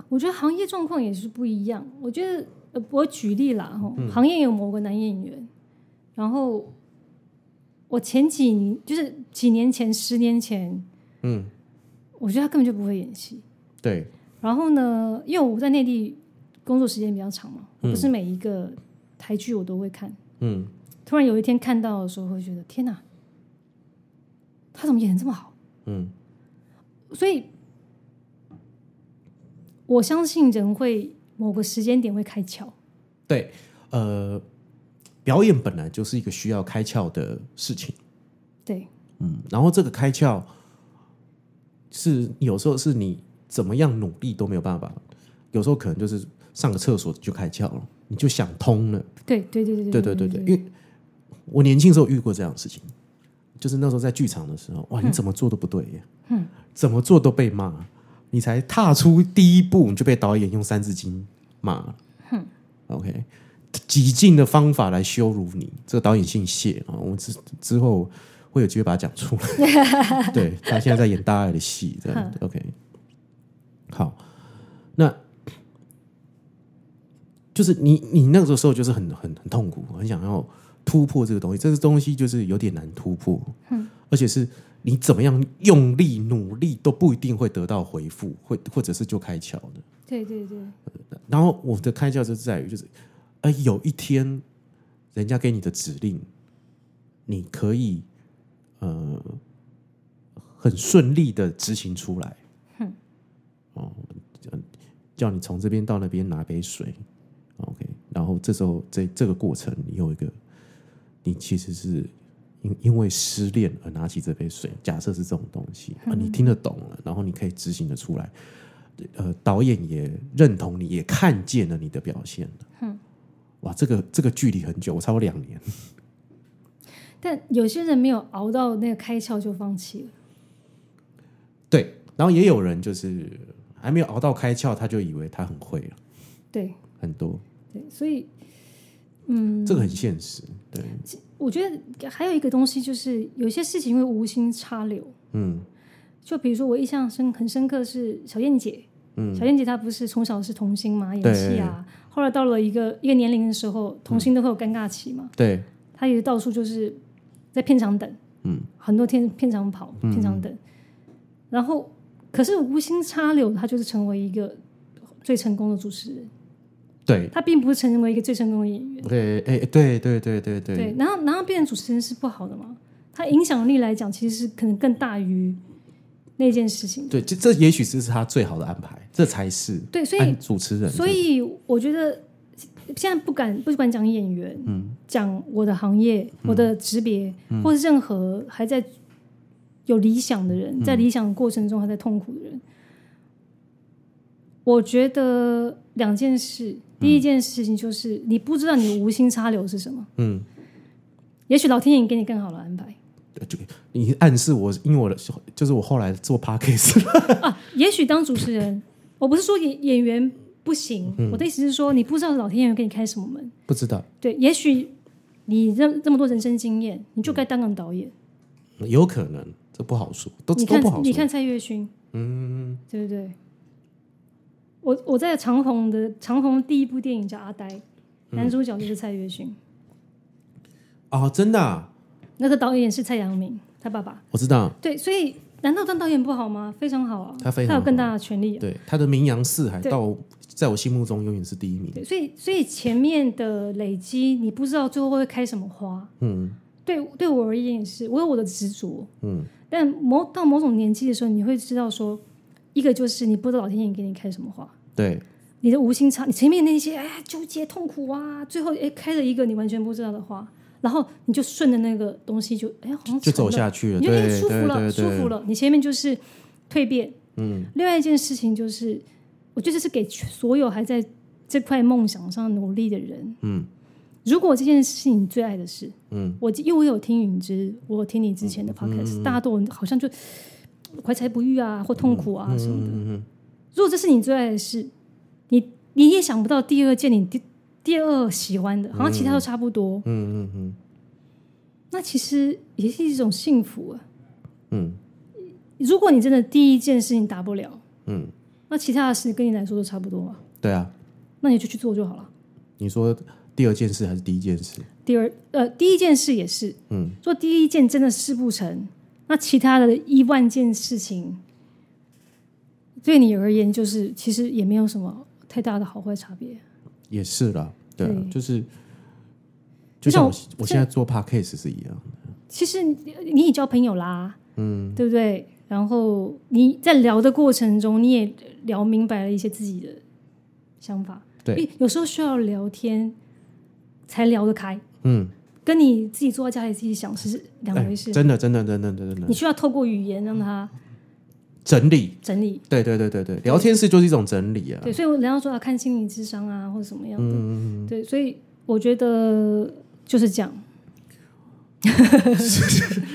A: 我觉得行业状况也是不一样。我觉得，呃，我举例啦，哦，
B: 嗯
A: 行业有某个男演员，然后我前几年，就是几年前、十年前，
B: 嗯，
A: 我觉得他根本就不会演戏。
B: 对，
A: 然后呢，因为我在内地工作时间比较长嘛，我不是每一个台剧我都会看。
B: 嗯，
A: 突然有一天看到的时候，会觉得天哪，他怎么演的这么好？
B: 嗯，
A: 所以我相信人会某个时间点会开窍。
B: 对，呃，表演本来就是一个需要开窍的事情，
A: 对，
B: 嗯，然后这个开窍是有时候是你怎么样努力都没有办法，有时候可能就是上个厕所就开窍了，你就想通了，
A: 对，对，对，对，
B: 对对对对，因为我年轻时候遇过这样的事情，就是那时候在剧场的时候，
A: 嗯
B: 哇，你怎么做都不对耶，嗯，怎么做都被骂，你才踏出第一步，你就被导演用三字经骂了，嗯，OK，极尽的方法来羞辱你，这个导演姓谢啊，我之之后会有机会把它讲出
A: *laughs*
B: 来，对他现在在演大爱的戏，这样
A: 嗯
B: OK，好，那。就是你你那个时候就是很很很痛苦，很想要突破这个东西，这个东西就是有点难突破，嗯，而且是你怎么样用力努力都不一定会得到回复，或或者是就开窍的。
A: 对，对，对，
B: 然后我的开窍就是在于，就是，哎，有一天人家给你的指令，你可以呃很顺利的执行出来。嗯，哦，叫你从这边到那边拿杯水，OK，然后这时候这这个过程，你有一个，你其实是因因为失恋而拿起这杯水，假设是这种东西啊，你听得懂了，然后你可以执行的出来，呃，导演也认同你，也看见了你的表现了，
A: 嗯
B: 哇，这个这个距离很久，我差不多两年，
A: 但有些人没有熬到那个开窍就放弃了。
B: 对，然后也有人就是还没有熬到开窍，他就以为他很会了，
A: 对
B: 很多，
A: 对，所以嗯
B: 这个很现实，对，
A: 我觉得还有一个东西就是，有些事情会无心插柳。
B: 嗯
A: 就比如说，我印象深很深刻是小燕姐，
B: 嗯
A: 小燕姐她不是从小是童星嘛，演
B: 对嗯
A: 戏啊，后来到了一个一个年龄的时候，童星都会有尴尬期嘛，
B: 对，
A: 她也到处就是在片场等，
B: 嗯，
A: 很多天片场跑，片场等，然后可是无心插柳，她就是成为一个最成功的主持人，
B: 对，
A: 她并不是成为一个最成功的演员，
B: 对，哎、对，对，对，对，对，
A: 对，然后然后变成主持人是不好的嘛，她影响力来讲，其实是可能更大于那件事情，
B: 对，这这也许是他最好的安排，这才是
A: 对，所以
B: 按主持人，
A: 所以我觉得现在不敢不管讲演员，讲我的行业、我的职别，或是任何还在有理想的人，在理想过程中还在痛苦的人，我觉得两件事，第一件事情就是你不知道你无心插柳是什么，
B: 嗯，
A: 也许老天爷给你更好的安排。
B: 就你暗示我，因为我的就是我后来做 p a c k a g e
A: 啊也许当主持人，我不是说演演员不行，我的意思是说你不知道老天爷给你开什么门。
B: *laughs* 不知道，
A: 对，也许你这这么多人生经验，你
B: 嗯
A: 就该当个导演。
B: 有可能这不好说，都
A: 你
B: 都
A: 看
B: 不好，
A: 你
B: 说，
A: 看蔡岳勋，嗯，对不对？我我在长虹的长虹第一部电影叫《阿呆》，
B: 嗯
A: 男主角就是蔡岳勋，
B: 啊、真的啊、
A: 那个导演是蔡阳明，他爸爸。
B: 我知道，
A: 对，所以难道当导演不好吗？非常好啊，
B: 他非常
A: 有更大的权利、啊。
B: 对他的名扬四海，
A: 对
B: 到在我心目中永远是第一名，
A: 对，所以所以前面的累积，你不知道最后会开什么花。
B: 嗯
A: 对，对我而言也是，我有我的执着，
B: 嗯，
A: 但某到某种年纪的时候，你会知道说，一个就是你不知道老天爷给你开什么花，
B: 对，
A: 你的无心插，你前面那些哎纠结痛苦啊，最后哎开了一个你完全不知道的花，然后你就顺着那个东西就哎好像
B: 就
A: 成
B: 走
A: 了，
B: 下去了，
A: 你就哎
B: 对，
A: 舒服
B: 对，
A: 了，
B: 对，
A: 舒服
B: 对，
A: 了。你前面就是蜕变。
B: 嗯，
A: 另外一件事情就是，我觉得这是给所有还在这块梦想上努力的人，
B: 嗯
A: 如果这件事情你最爱的事，
B: 嗯，
A: 我因为我有听允之，我有听你之前的 podcast，、大家都有好像就怀才不遇啊，或痛苦啊什么的。
B: 嗯嗯
A: 如果这是你最爱的事，你你也想不到第二件你第第二喜欢的，好像其他都差不多，
B: 嗯嗯嗯
A: 那其实也是一种幸福啊。
B: 嗯
A: 如果你真的第一件事情达不了，
B: 嗯，
A: 那其他的事跟你来说都差不多啊，
B: 对啊，
A: 那你就去做就好了。
B: 你说第二件事还是第一件事？
A: 第二，呃，第一件事也是，
B: 嗯，
A: 做第一件真的事不成，那其他的一万件事情，对你而言就是其实也没有什么太大的好坏差别。
B: 也是啦，对啊
A: 对
B: 就是
A: 就
B: 就像
A: 像
B: 我
A: 我
B: 我现在做 podcast 是一样的，
A: 其实你你也交朋友啦，嗯，对不对？然后你在聊的过程中，你也聊明白了一些自己的想法。
B: 对
A: 因为有时候需要聊天才聊得开，
B: 嗯，
A: 跟你自己坐在家里自己想是两回事
B: 哎。真的真的真的真的真
A: 你
B: 的
A: 需要透过语言让它
B: 整理，
A: 整理
B: 对对对对对，聊天室就是一种整理啊，嗯
A: 对，所以我人家说要看心理智商啊，或者什么样的，对，所以我觉得就是这样。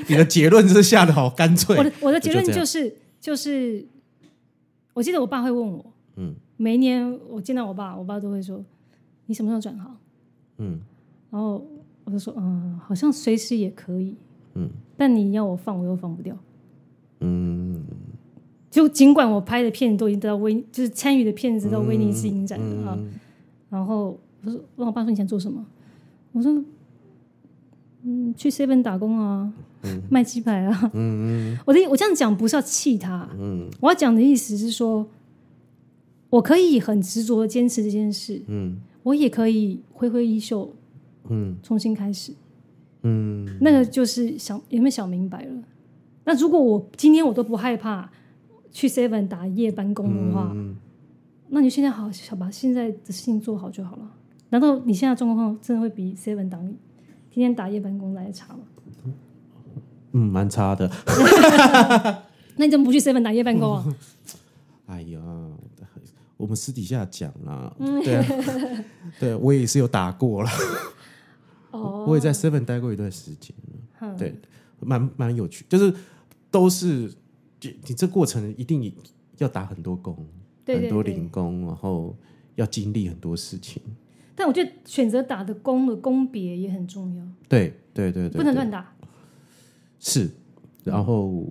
B: 你的结论是下的好干
A: 我
B: 脆，
A: 的我的结论
B: 就这样
A: 就是就是，我记得我爸会问我，
B: 嗯，
A: 每一年我见到我爸，我爸都会说你什么时候转行？
B: 嗯
A: 然后我就说嗯，好像随时也可以，
B: 嗯，
A: 但你要我放，我又放不掉。
B: 嗯
A: 就尽管我拍的片都已经得到威，就是参与的片子到威尼斯影展了啊，
B: 嗯
A: 然后我说问我爸说你想做什么？我说嗯，去 seven 打工啊，卖鸡排啊。
B: 嗯
A: 我的我这样讲不是要气他，
B: 嗯
A: 我要讲的意思是说，我可以很执着的坚持这件事，
B: 嗯
A: 我也可以挥挥衣袖
B: 嗯
A: 重新开始。
B: 嗯
A: 那个就是想有没有想明白了？那如果我今天我都不害怕去 seven 打夜班工的话，
B: 嗯
A: 那你现在好好把现在的事情做好就好了。难道你现在状况真的会比 Seven 党天天打夜班工来的差吗？
B: 嗯，蛮差的。
A: 那你怎么不去 Seven 打夜班工啊？
B: 哎呀，我们私底下讲啦，
A: 嗯 *laughs*
B: 对啊，对我也是有打过啦，
A: 哦，
B: 我也在 Seven 待过一段时间，
A: 嗯
B: 对，蛮蛮有趣，就是都是就你这过程一定要打很多工，
A: 对
B: 嗯很多
A: 对对
B: 零。工，然后要经历很多事情，
A: 但我觉得选择打的工的工别也很重要，
B: 对对对对，
A: 不能
B: 对
A: 乱打。
B: 是，然后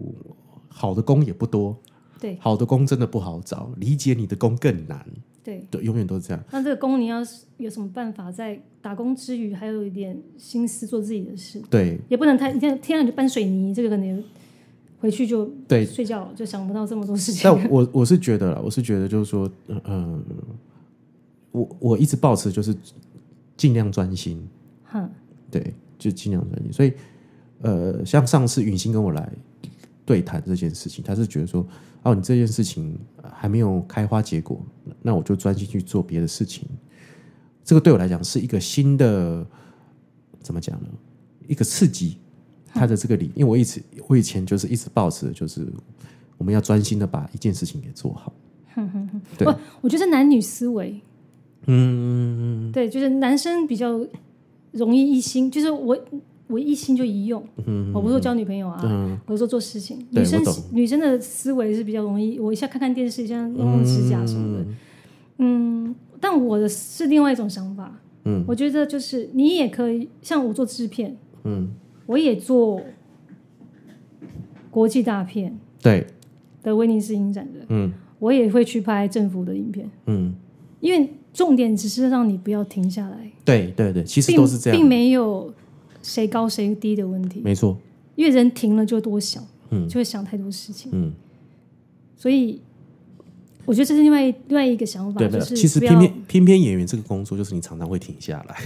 B: 好的工也不多，
A: 对
B: 好的工真的不好找，理解你的工更难，
A: 对，
B: 对，永远都是这样。
A: 那这个工你要是有什么办法，在打工之余还有一点心思做自己的事，
B: 对
A: 也不能太天天上就搬水泥，这个可能回去就
B: 对，
A: 睡觉了就想不到这么多事情。
B: 但我我是觉得啦，我是觉得就是说，嗯、呃，我我一直保持就是尽量专心，
A: 哼，
B: 对，就尽量专心。所以，呃，像上次允欣跟我来对谈这件事情，他是觉得说，哦，你这件事情呃还没有开花结果，那我就专心去做别的事情。这个对我来讲是一个新的，怎么讲呢？一个刺激，他的这个理，因为我一直我以前就是一直抱持的就是我们要专心的把一件事情给做好。
A: *laughs*
B: 对
A: 我我觉得是男女思维，
B: 嗯，
A: 对，就是男生比较容易一心，就是我我一心就一用，哦
B: 嗯
A: 我不是说交女朋友啊，
B: 嗯
A: 我是说做事情。
B: 对
A: 女生
B: 我懂
A: 女生的思维是比较容易，我一下看看电视，一下弄
B: 嗯
A: 弄指甲什么的。嗯但我的是另外一种想法，
B: 嗯
A: 我觉得就是你也可以，像我做制片，
B: 嗯，
A: 我也做国际大片
B: 对，
A: 的威尼斯影展的，
B: 嗯
A: 我也会去拍政府的影片，
B: 嗯，
A: 因为重点只是让你不要停下来。
B: 对对对，其实
A: 并
B: 都是这样
A: 并
B: 的，
A: 没有谁高谁低的问题，
B: 没错。
A: 因为人停了就会多想，
B: 嗯
A: 就会想太多事情，
B: 嗯，
A: 所以我觉得这是另外另外一个想法，
B: 对，没
A: 就
B: 有
A: 是
B: 其实
A: 不要
B: 偏偏偏偏演员这个工作，就是你常常会停下来，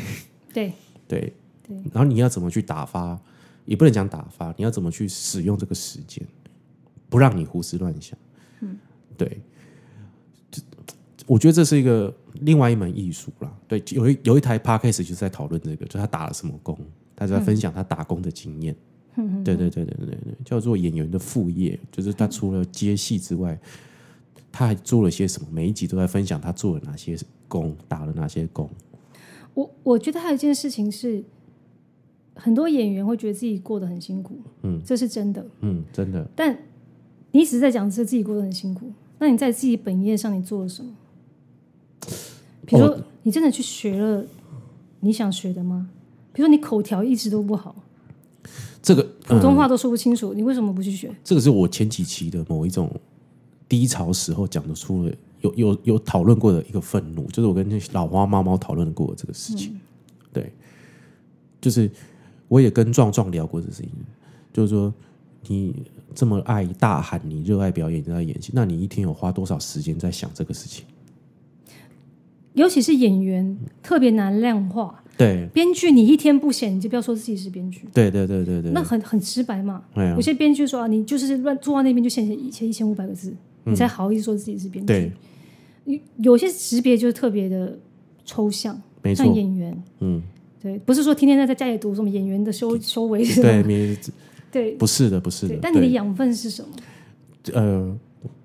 A: 对
B: 对，
A: 对
B: 然后你要怎么去打发，也不能讲打发，你要怎么去使用这个时间，不让你胡思乱想，嗯，对，这我觉得这是一个另外一门艺术啦。对，有一有一台 podcast 就是在讨论这个，就他打了什么工，他就在分享他打工的经验。嗯，对对对对对对，叫做演员的副业，就是他除了接戏之外，他还做了些什么？每一集都在分享他做了哪些工，打了哪些工。
A: 我我觉得还有一件事情是，很多演员会觉得自己过得很辛苦，
B: 嗯，
A: 这是真的，
B: 嗯，真的，
A: 但你一直在讲是自己过得很辛苦，那你在自己本业上你做了什么？比如
B: 哦
A: 说，你真的去学了你想学的吗？比如说，你口条一直都不好，
B: 这个
A: 普通
B: 嗯
A: 话都说不清楚，你为什么不去学？
B: 这个是我前几期的某一种低潮时候讲得出的，有有有讨论过的一个愤怒，就是我跟那些老花猫猫讨论过这个事情。
A: 嗯
B: 对，就是我也跟壮壮聊过这个事情，就是说你这么爱大喊，你热爱表演，你热爱演戏，那你一天有花多少时间在想这个事情？
A: 尤其是演员特别难量化，
B: 对，
A: 编剧你一天不写，你就不要说自己是编剧，
B: 对对对对对，
A: 那很很直白嘛。
B: 哎呀
A: 有，些编剧说啊，你就是乱坐到那边就写写写一千五百个字，你才好意思说自己是编剧。
B: 嗯对，
A: 有有些识别就是特别的抽象，
B: 没错
A: 像，演员，
B: 嗯，
A: 对，不是说天天在在家里读什么演员的修修为，
B: 对，没
A: 对
B: 不是的，不是的
A: 对，。但你的
B: 对
A: 养分是什么？
B: 呃，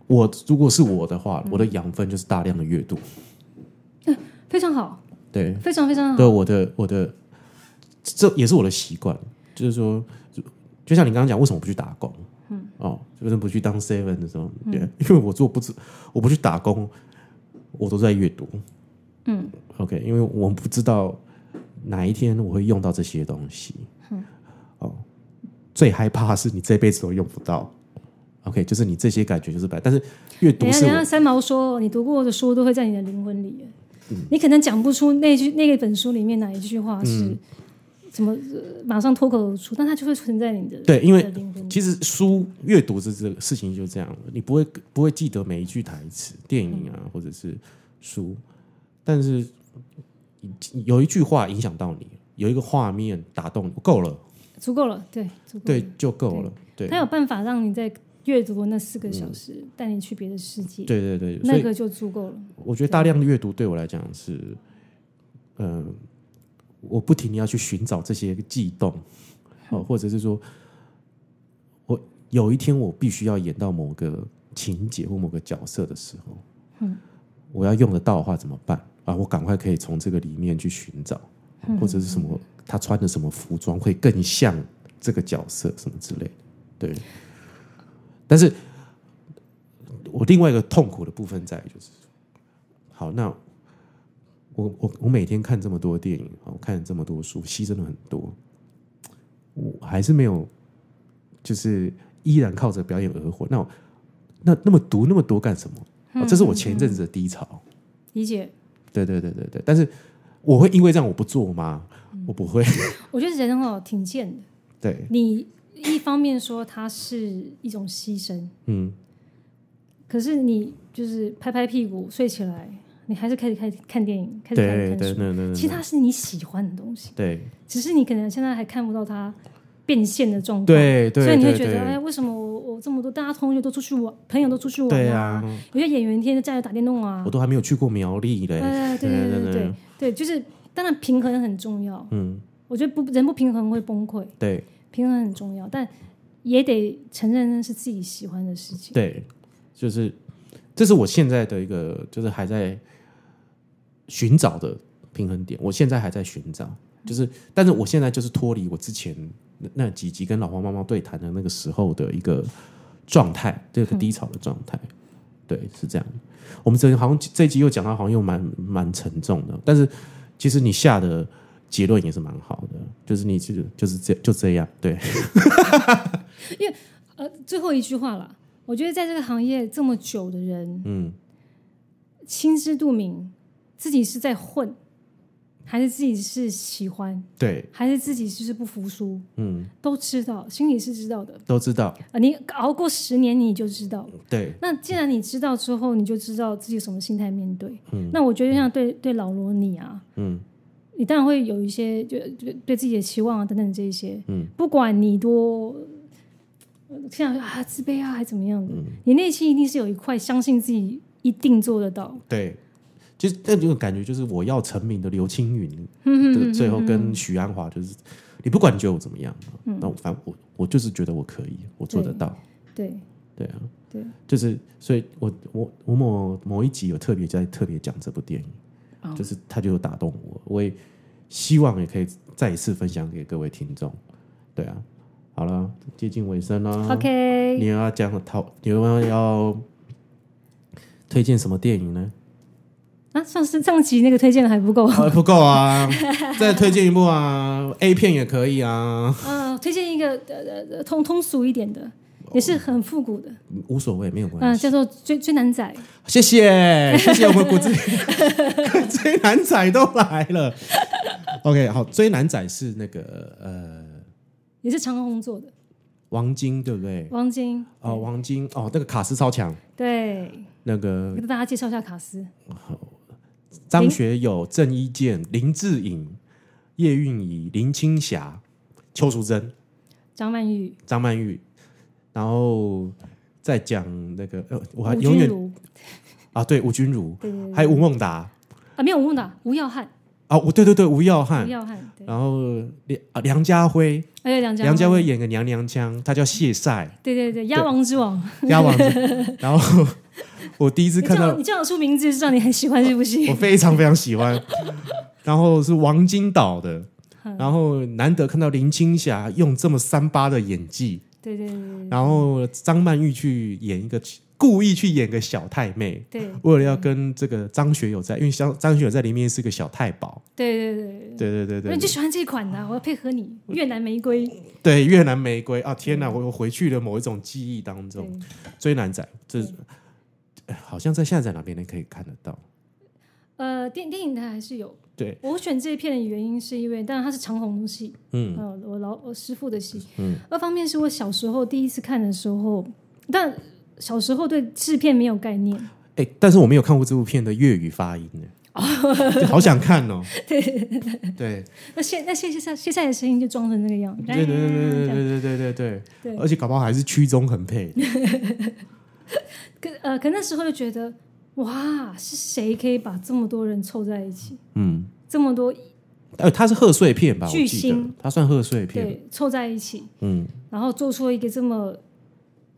B: 我如果是我的话，我的养分就是大量的阅读，
A: 非常好，
B: 对，
A: 非常非常好，
B: 对，我的我的，这也是我的习惯，就是说，就像你刚刚讲，为什么不去打工？嗯，哦，就是不去当 seven 的时候，对，因为我做不知，我不去打工，我都在阅读。
A: 嗯
B: ，OK，因为我不知道哪一天我会用到这些东西。嗯，哦，最害怕的是你这辈子都用不到。OK，就是你这些感觉就是白，但是阅读
A: 等一下，
B: 是
A: 等
B: 我
A: 一下，三毛说，你读过的书都会在你的灵魂里耶，
B: 嗯
A: 你可能讲不出那句那本书里面哪一句话
B: 嗯
A: 是怎么、呃马上脱口而出，但它就会存在你的
B: 对，因为
A: 你的灵魂里。
B: 其实书阅读这这个事情就这样了，你不会不会记得每一句台词，电影啊或者是书，但是有一句话影响到你，有一个画面打动你，够了，
A: 嗯足够了，对，足够了。
B: 对，就够了，对嗯
A: 它有办法让你在阅读那四个小时，带你去别的世界，
B: 对对对，所
A: 那
B: 以
A: 个就足够了。
B: 我觉得大量的阅读对我来讲是，嗯、我不停的要去寻找这些悸动，哦、或者是说，我有一天我必须要演到某个情节或某个角色的时候，我要用得到的话怎么办啊？我赶快可以从这个里面去寻找，或者是什么他穿的什么服装会更像这个角色什么之类的，对。但是，我另外一个痛苦的部分在于就是，好，那我我我每天看这么多电影，我看这么多书，牺牲了很多，我还是没有，就是依然靠着表演而活。那我那那么读那么多干什么？哦这是我前一阵子的低潮。
A: 嗯理解，
B: 对对对对对，但是我会因为这样我不做吗？我不会。
A: 我觉得人哦挺贱的。
B: 对，
A: 你一方面说它是一种牺牲，
B: 嗯，
A: 可是你就是拍拍屁股睡起来，你还是开始看看电影，开始开始
B: 对对
A: 看书。
B: 对对
A: 其实
B: 对，
A: 它是你喜欢的东西，
B: 对
A: 只是你可能现在还看不到它变现的状况。
B: 对对，
A: 所以你会
B: 对
A: 觉得，
B: 对
A: 哎，为什么我我这么多大家同学都出去玩，朋友都出去玩
B: 对
A: 啊？
B: 啊，
A: 有些演员一天就在家里打电动啊
B: 我。都还没有去过苗栗嘞。
A: 哎，对对对对对对，就是当然平衡很重要。
B: 嗯，
A: 我觉得不人不平衡会崩溃，
B: 对
A: 平衡很重要，但也得承认那是自己喜欢的事情。
B: 对，就是这是我现在的一个，就是还在寻找的平衡点。我现在还在寻找，就是，但是我现在就是脱离我之前那那几集跟老黄妈妈对谈的那个时候的一个状态，这个低潮的状态。对，是这样。我们这好像这一集又讲到，好像又蛮蛮沉重的，但是其实你下的结论也是蛮好的，就是你就就是这就这样，对，
A: 呃，最后一句话啦，我觉得在这个行业这么久的人，
B: 嗯，
A: 心知肚明，自己是在混，还是自己是喜欢，
B: 对，
A: 还是自己就是不服输，
B: 嗯，
A: 都知道，心里是知道的。
B: 都知道，
A: 呃，你熬过十年，你就知道。
B: 对，
A: 那既然你知道之后，你就知道自己什么心态面对。那我觉得像对对老罗你啊，
B: 嗯。
A: 你当然会有一些就就对自己的期望啊等等这一些，
B: 嗯，
A: 不管你多呃像啊自卑啊还怎么样的，
B: 嗯
A: 你内心一定是有一块相信自己一定做得到，
B: 对，就是那种感觉，就是我要成名的刘青云
A: *laughs*
B: 的最后跟许鞍华，就是你不管你觉得我怎么样，那我反正我我就是觉得我可以，我做得到，
A: 嗯对
B: 对啊，
A: 对，
B: 就是所以我，我我某某一集有特别在特别讲这部电影，
A: 哦
B: 就是它就有打动我，我也希望也可以再一次分享给各位听众，对啊，好了，接近尾声了
A: OK，
B: 你要讲讨，你要要推荐什么电影呢？
A: 啊，上次上集那个推荐的还不够， *laughs*
B: 啊， *laughs* 不够啊，再推荐一部啊，A 片也可以啊，
A: 嗯、推荐一个呃呃通通俗一点的，
B: 哦
A: 也是很复古的，
B: 无所谓，没有
A: 嗯、
B: 关系。
A: 叫做追追男仔，
B: 谢谢，谢谢我们骨子追男仔都来了。OK，好，追男仔是那个呃
A: 也是长虹做的，
B: 王晶对不对？
A: 王晶，
B: 哦，王晶哦，那个卡斯超强，
A: 对，
B: 那个
A: 给大家介绍一下卡斯，
B: 张学友、郑伊健、林志颖、叶蕴仪、林青霞、邱淑贞。
A: 张曼玉，
B: 张曼玉，然后再讲那个呃，我还
A: 吴
B: 永
A: 君
B: 远
A: 如，
B: 啊，对吴君如，
A: 对对对。
B: 还有吴孟达
A: 啊，没有吴孟达，吴耀汉，
B: 啊，我对对对，吴耀
A: 吴
B: 汉，
A: 耀汉，对，
B: 然后梁啊梁家辉，
A: 还有梁家
B: 梁家辉，演个娘娘腔，他叫谢赛
A: 对对对，鸭王之王，
B: 鸭王子，然后我第一次
A: 你
B: 看
A: 叫
B: 到
A: 我，你叫我出名字，就知道你很喜欢这部
B: 我
A: 戏。
B: 非常非常
A: *laughs*
B: 喜欢，然后是王晶导的。
A: 嗯
B: 然后难得看到林青霞用这么三八的演技，
A: 对对对
B: 然后张曼玉去演一个故意去演个小太妹，
A: 对
B: 为了要跟这个张学友在，因为张张学友在里面是个小太保，
A: 对对对
B: 对对对
A: 对，我
B: 对
A: 就喜欢这一款的、我要配合你，越南玫瑰。
B: 对，越南玫瑰啊，天哪，我我回去了某一种记忆当
A: 嗯对
B: 中，，追男仔，这
A: 对
B: 哎好像在下载哪边呢可以看得到，
A: 呃，电电影台还是有。
B: 对，
A: 我选这一片的原因是因为，当然它是长虹的戏，
B: 嗯
A: 呃，我老我师傅的戏。嗯，二方面是我小时候第一次看的时候，但小时候对制片没有概念，
B: 哎，但是我没有看过这部片的粤语发音呢，
A: 哦
B: 好想看
A: *laughs*
B: 哦，对对
A: 那现那现现在现在的声音就装成那个样。哎
B: 对对对对对对对对对
A: 对
B: 而且搞不好还是曲中很配，
A: 可呃，可那时候就觉得，哇，是谁可以把这么多人凑在一起？
B: 嗯，
A: 这么多
B: 呃，它是贺岁片吧？我
A: 巨
B: 记得
A: 星
B: 它算贺岁片，
A: 对凑在一起，
B: 嗯，
A: 然后做出一个这么……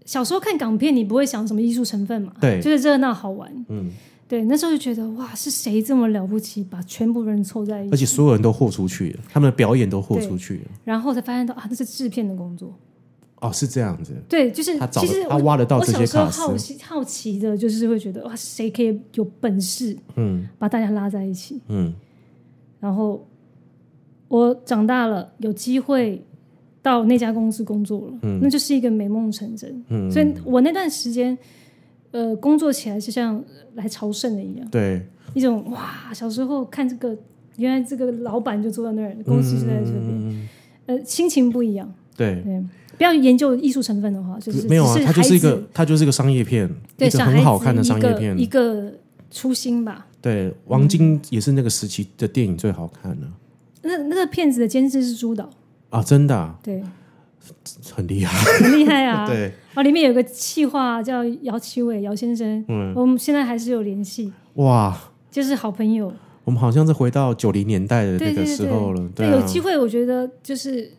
A: 小时候看港片，你不会想什么艺术成分嘛？
B: 对
A: 就是热闹好玩。
B: 嗯，
A: 对，那时候就觉得哇，是谁这么了不起，把全部人凑在一
B: 而
A: 起，
B: 且所有人都豁出去了，他们的表演都豁出去了。
A: 然后才发现到啊，那是制片的工作。
B: 哦，是这样子，
A: 对，就是
B: 他找
A: 其实
B: 他
A: 我
B: 挖得到
A: 我
B: 这些
A: 小时候
B: 卡
A: 好
B: 司，
A: 奇好奇的，就是会觉得哇，谁可以有本事
B: 嗯
A: 把大家拉在一起？
B: 嗯
A: 然后我长大了，有机会到那家公司工作了，那就是一个美梦成真。
B: 嗯，
A: 所以我那段时间，呃，工作起来就像来朝圣的一样，
B: 对，
A: 一种哇，小时候看这个，原来这个老板就坐在那儿，公司就在这边，
B: 嗯
A: 呃，心情不一样。
B: 对，
A: 对，不要研究艺术成分的话，就是
B: 没有啊
A: 只，
B: 它就是一
A: 孩
B: 个
A: 子
B: 它就是一个商业片，
A: 对
B: 一个
A: 小
B: 很
A: 孩
B: 好
A: 子
B: 看的
A: 一
B: 商业
A: 个嗯
B: 片
A: 一。个初心吧。
B: 对，王晶也是那个时期的电影最好看的
A: 那那个片子的监制是朱导，
B: 啊，真的啊
A: 对，
B: 很厉害。
A: 很厉害啊。
B: *laughs* 对，
A: 啊，里面有个气话叫姚奇伟，姚先生，
B: 嗯，
A: 我们现在还是有联系，
B: 哇，
A: 就是好朋友。
B: 我们好像是回到九零年代的那
A: 对
B: 个
A: 对
B: 时候了，
A: 对，
B: 啊
A: 有，机会我觉得就是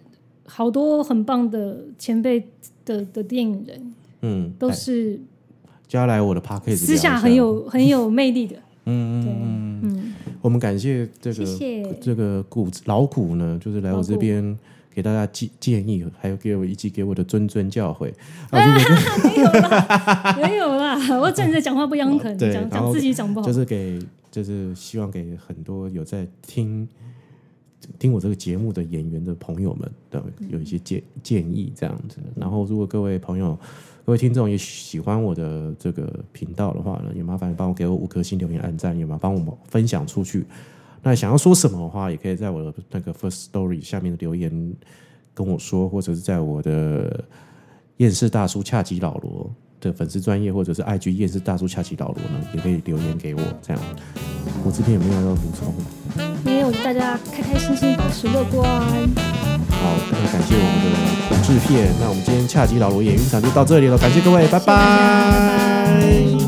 A: 好多很棒的前辈的的电影人，
B: 嗯，
A: 都
B: 哎
A: 是
B: 接下来我的 p a c k a g e
A: 私下很，有很有魅力的。
B: *laughs* 嗯
A: 对
B: 嗯嗯，
A: 嗯，
B: 我们感谢这
A: 谢
B: 个
A: 谢，
B: 这个古老古呢，就是来我
A: 老
B: 这
A: 古
B: 边给大家建建议，还有给我以及给我的谆谆教诲。啊，如果
A: 没有啦， *laughs* 没有啦，我站着讲
B: *laughs*
A: 话不腰疼，
B: 哦对
A: 讲
B: 然后
A: 讲自己讲不好
B: 就。是给，就是希望给很多有在听听我这个节目的演员的朋友们，对，有一些建建议这样子。然后，如果各位朋友、各位听众也喜欢我的这个频道的话呢，也麻烦帮我给我五颗星留言、按赞，也麻烦帮我们分享出去。那想要说什么的话，也可以在我的那个 First Story 下面的留言跟我说，或者是在我的厌世大叔恰吉老罗的粉丝专业，或者是 IG 厌世大叔恰吉老罗呢，也可以留言给我。这样，我这边有没有要补充的？
A: 没有，大家开开心心保持乐观。
B: 好，那感谢我们的古制片。那我们今天恰吉老罗演运场就到这里了，感谢各位，拜
A: 谢谢大家拜
B: 拜
A: 拜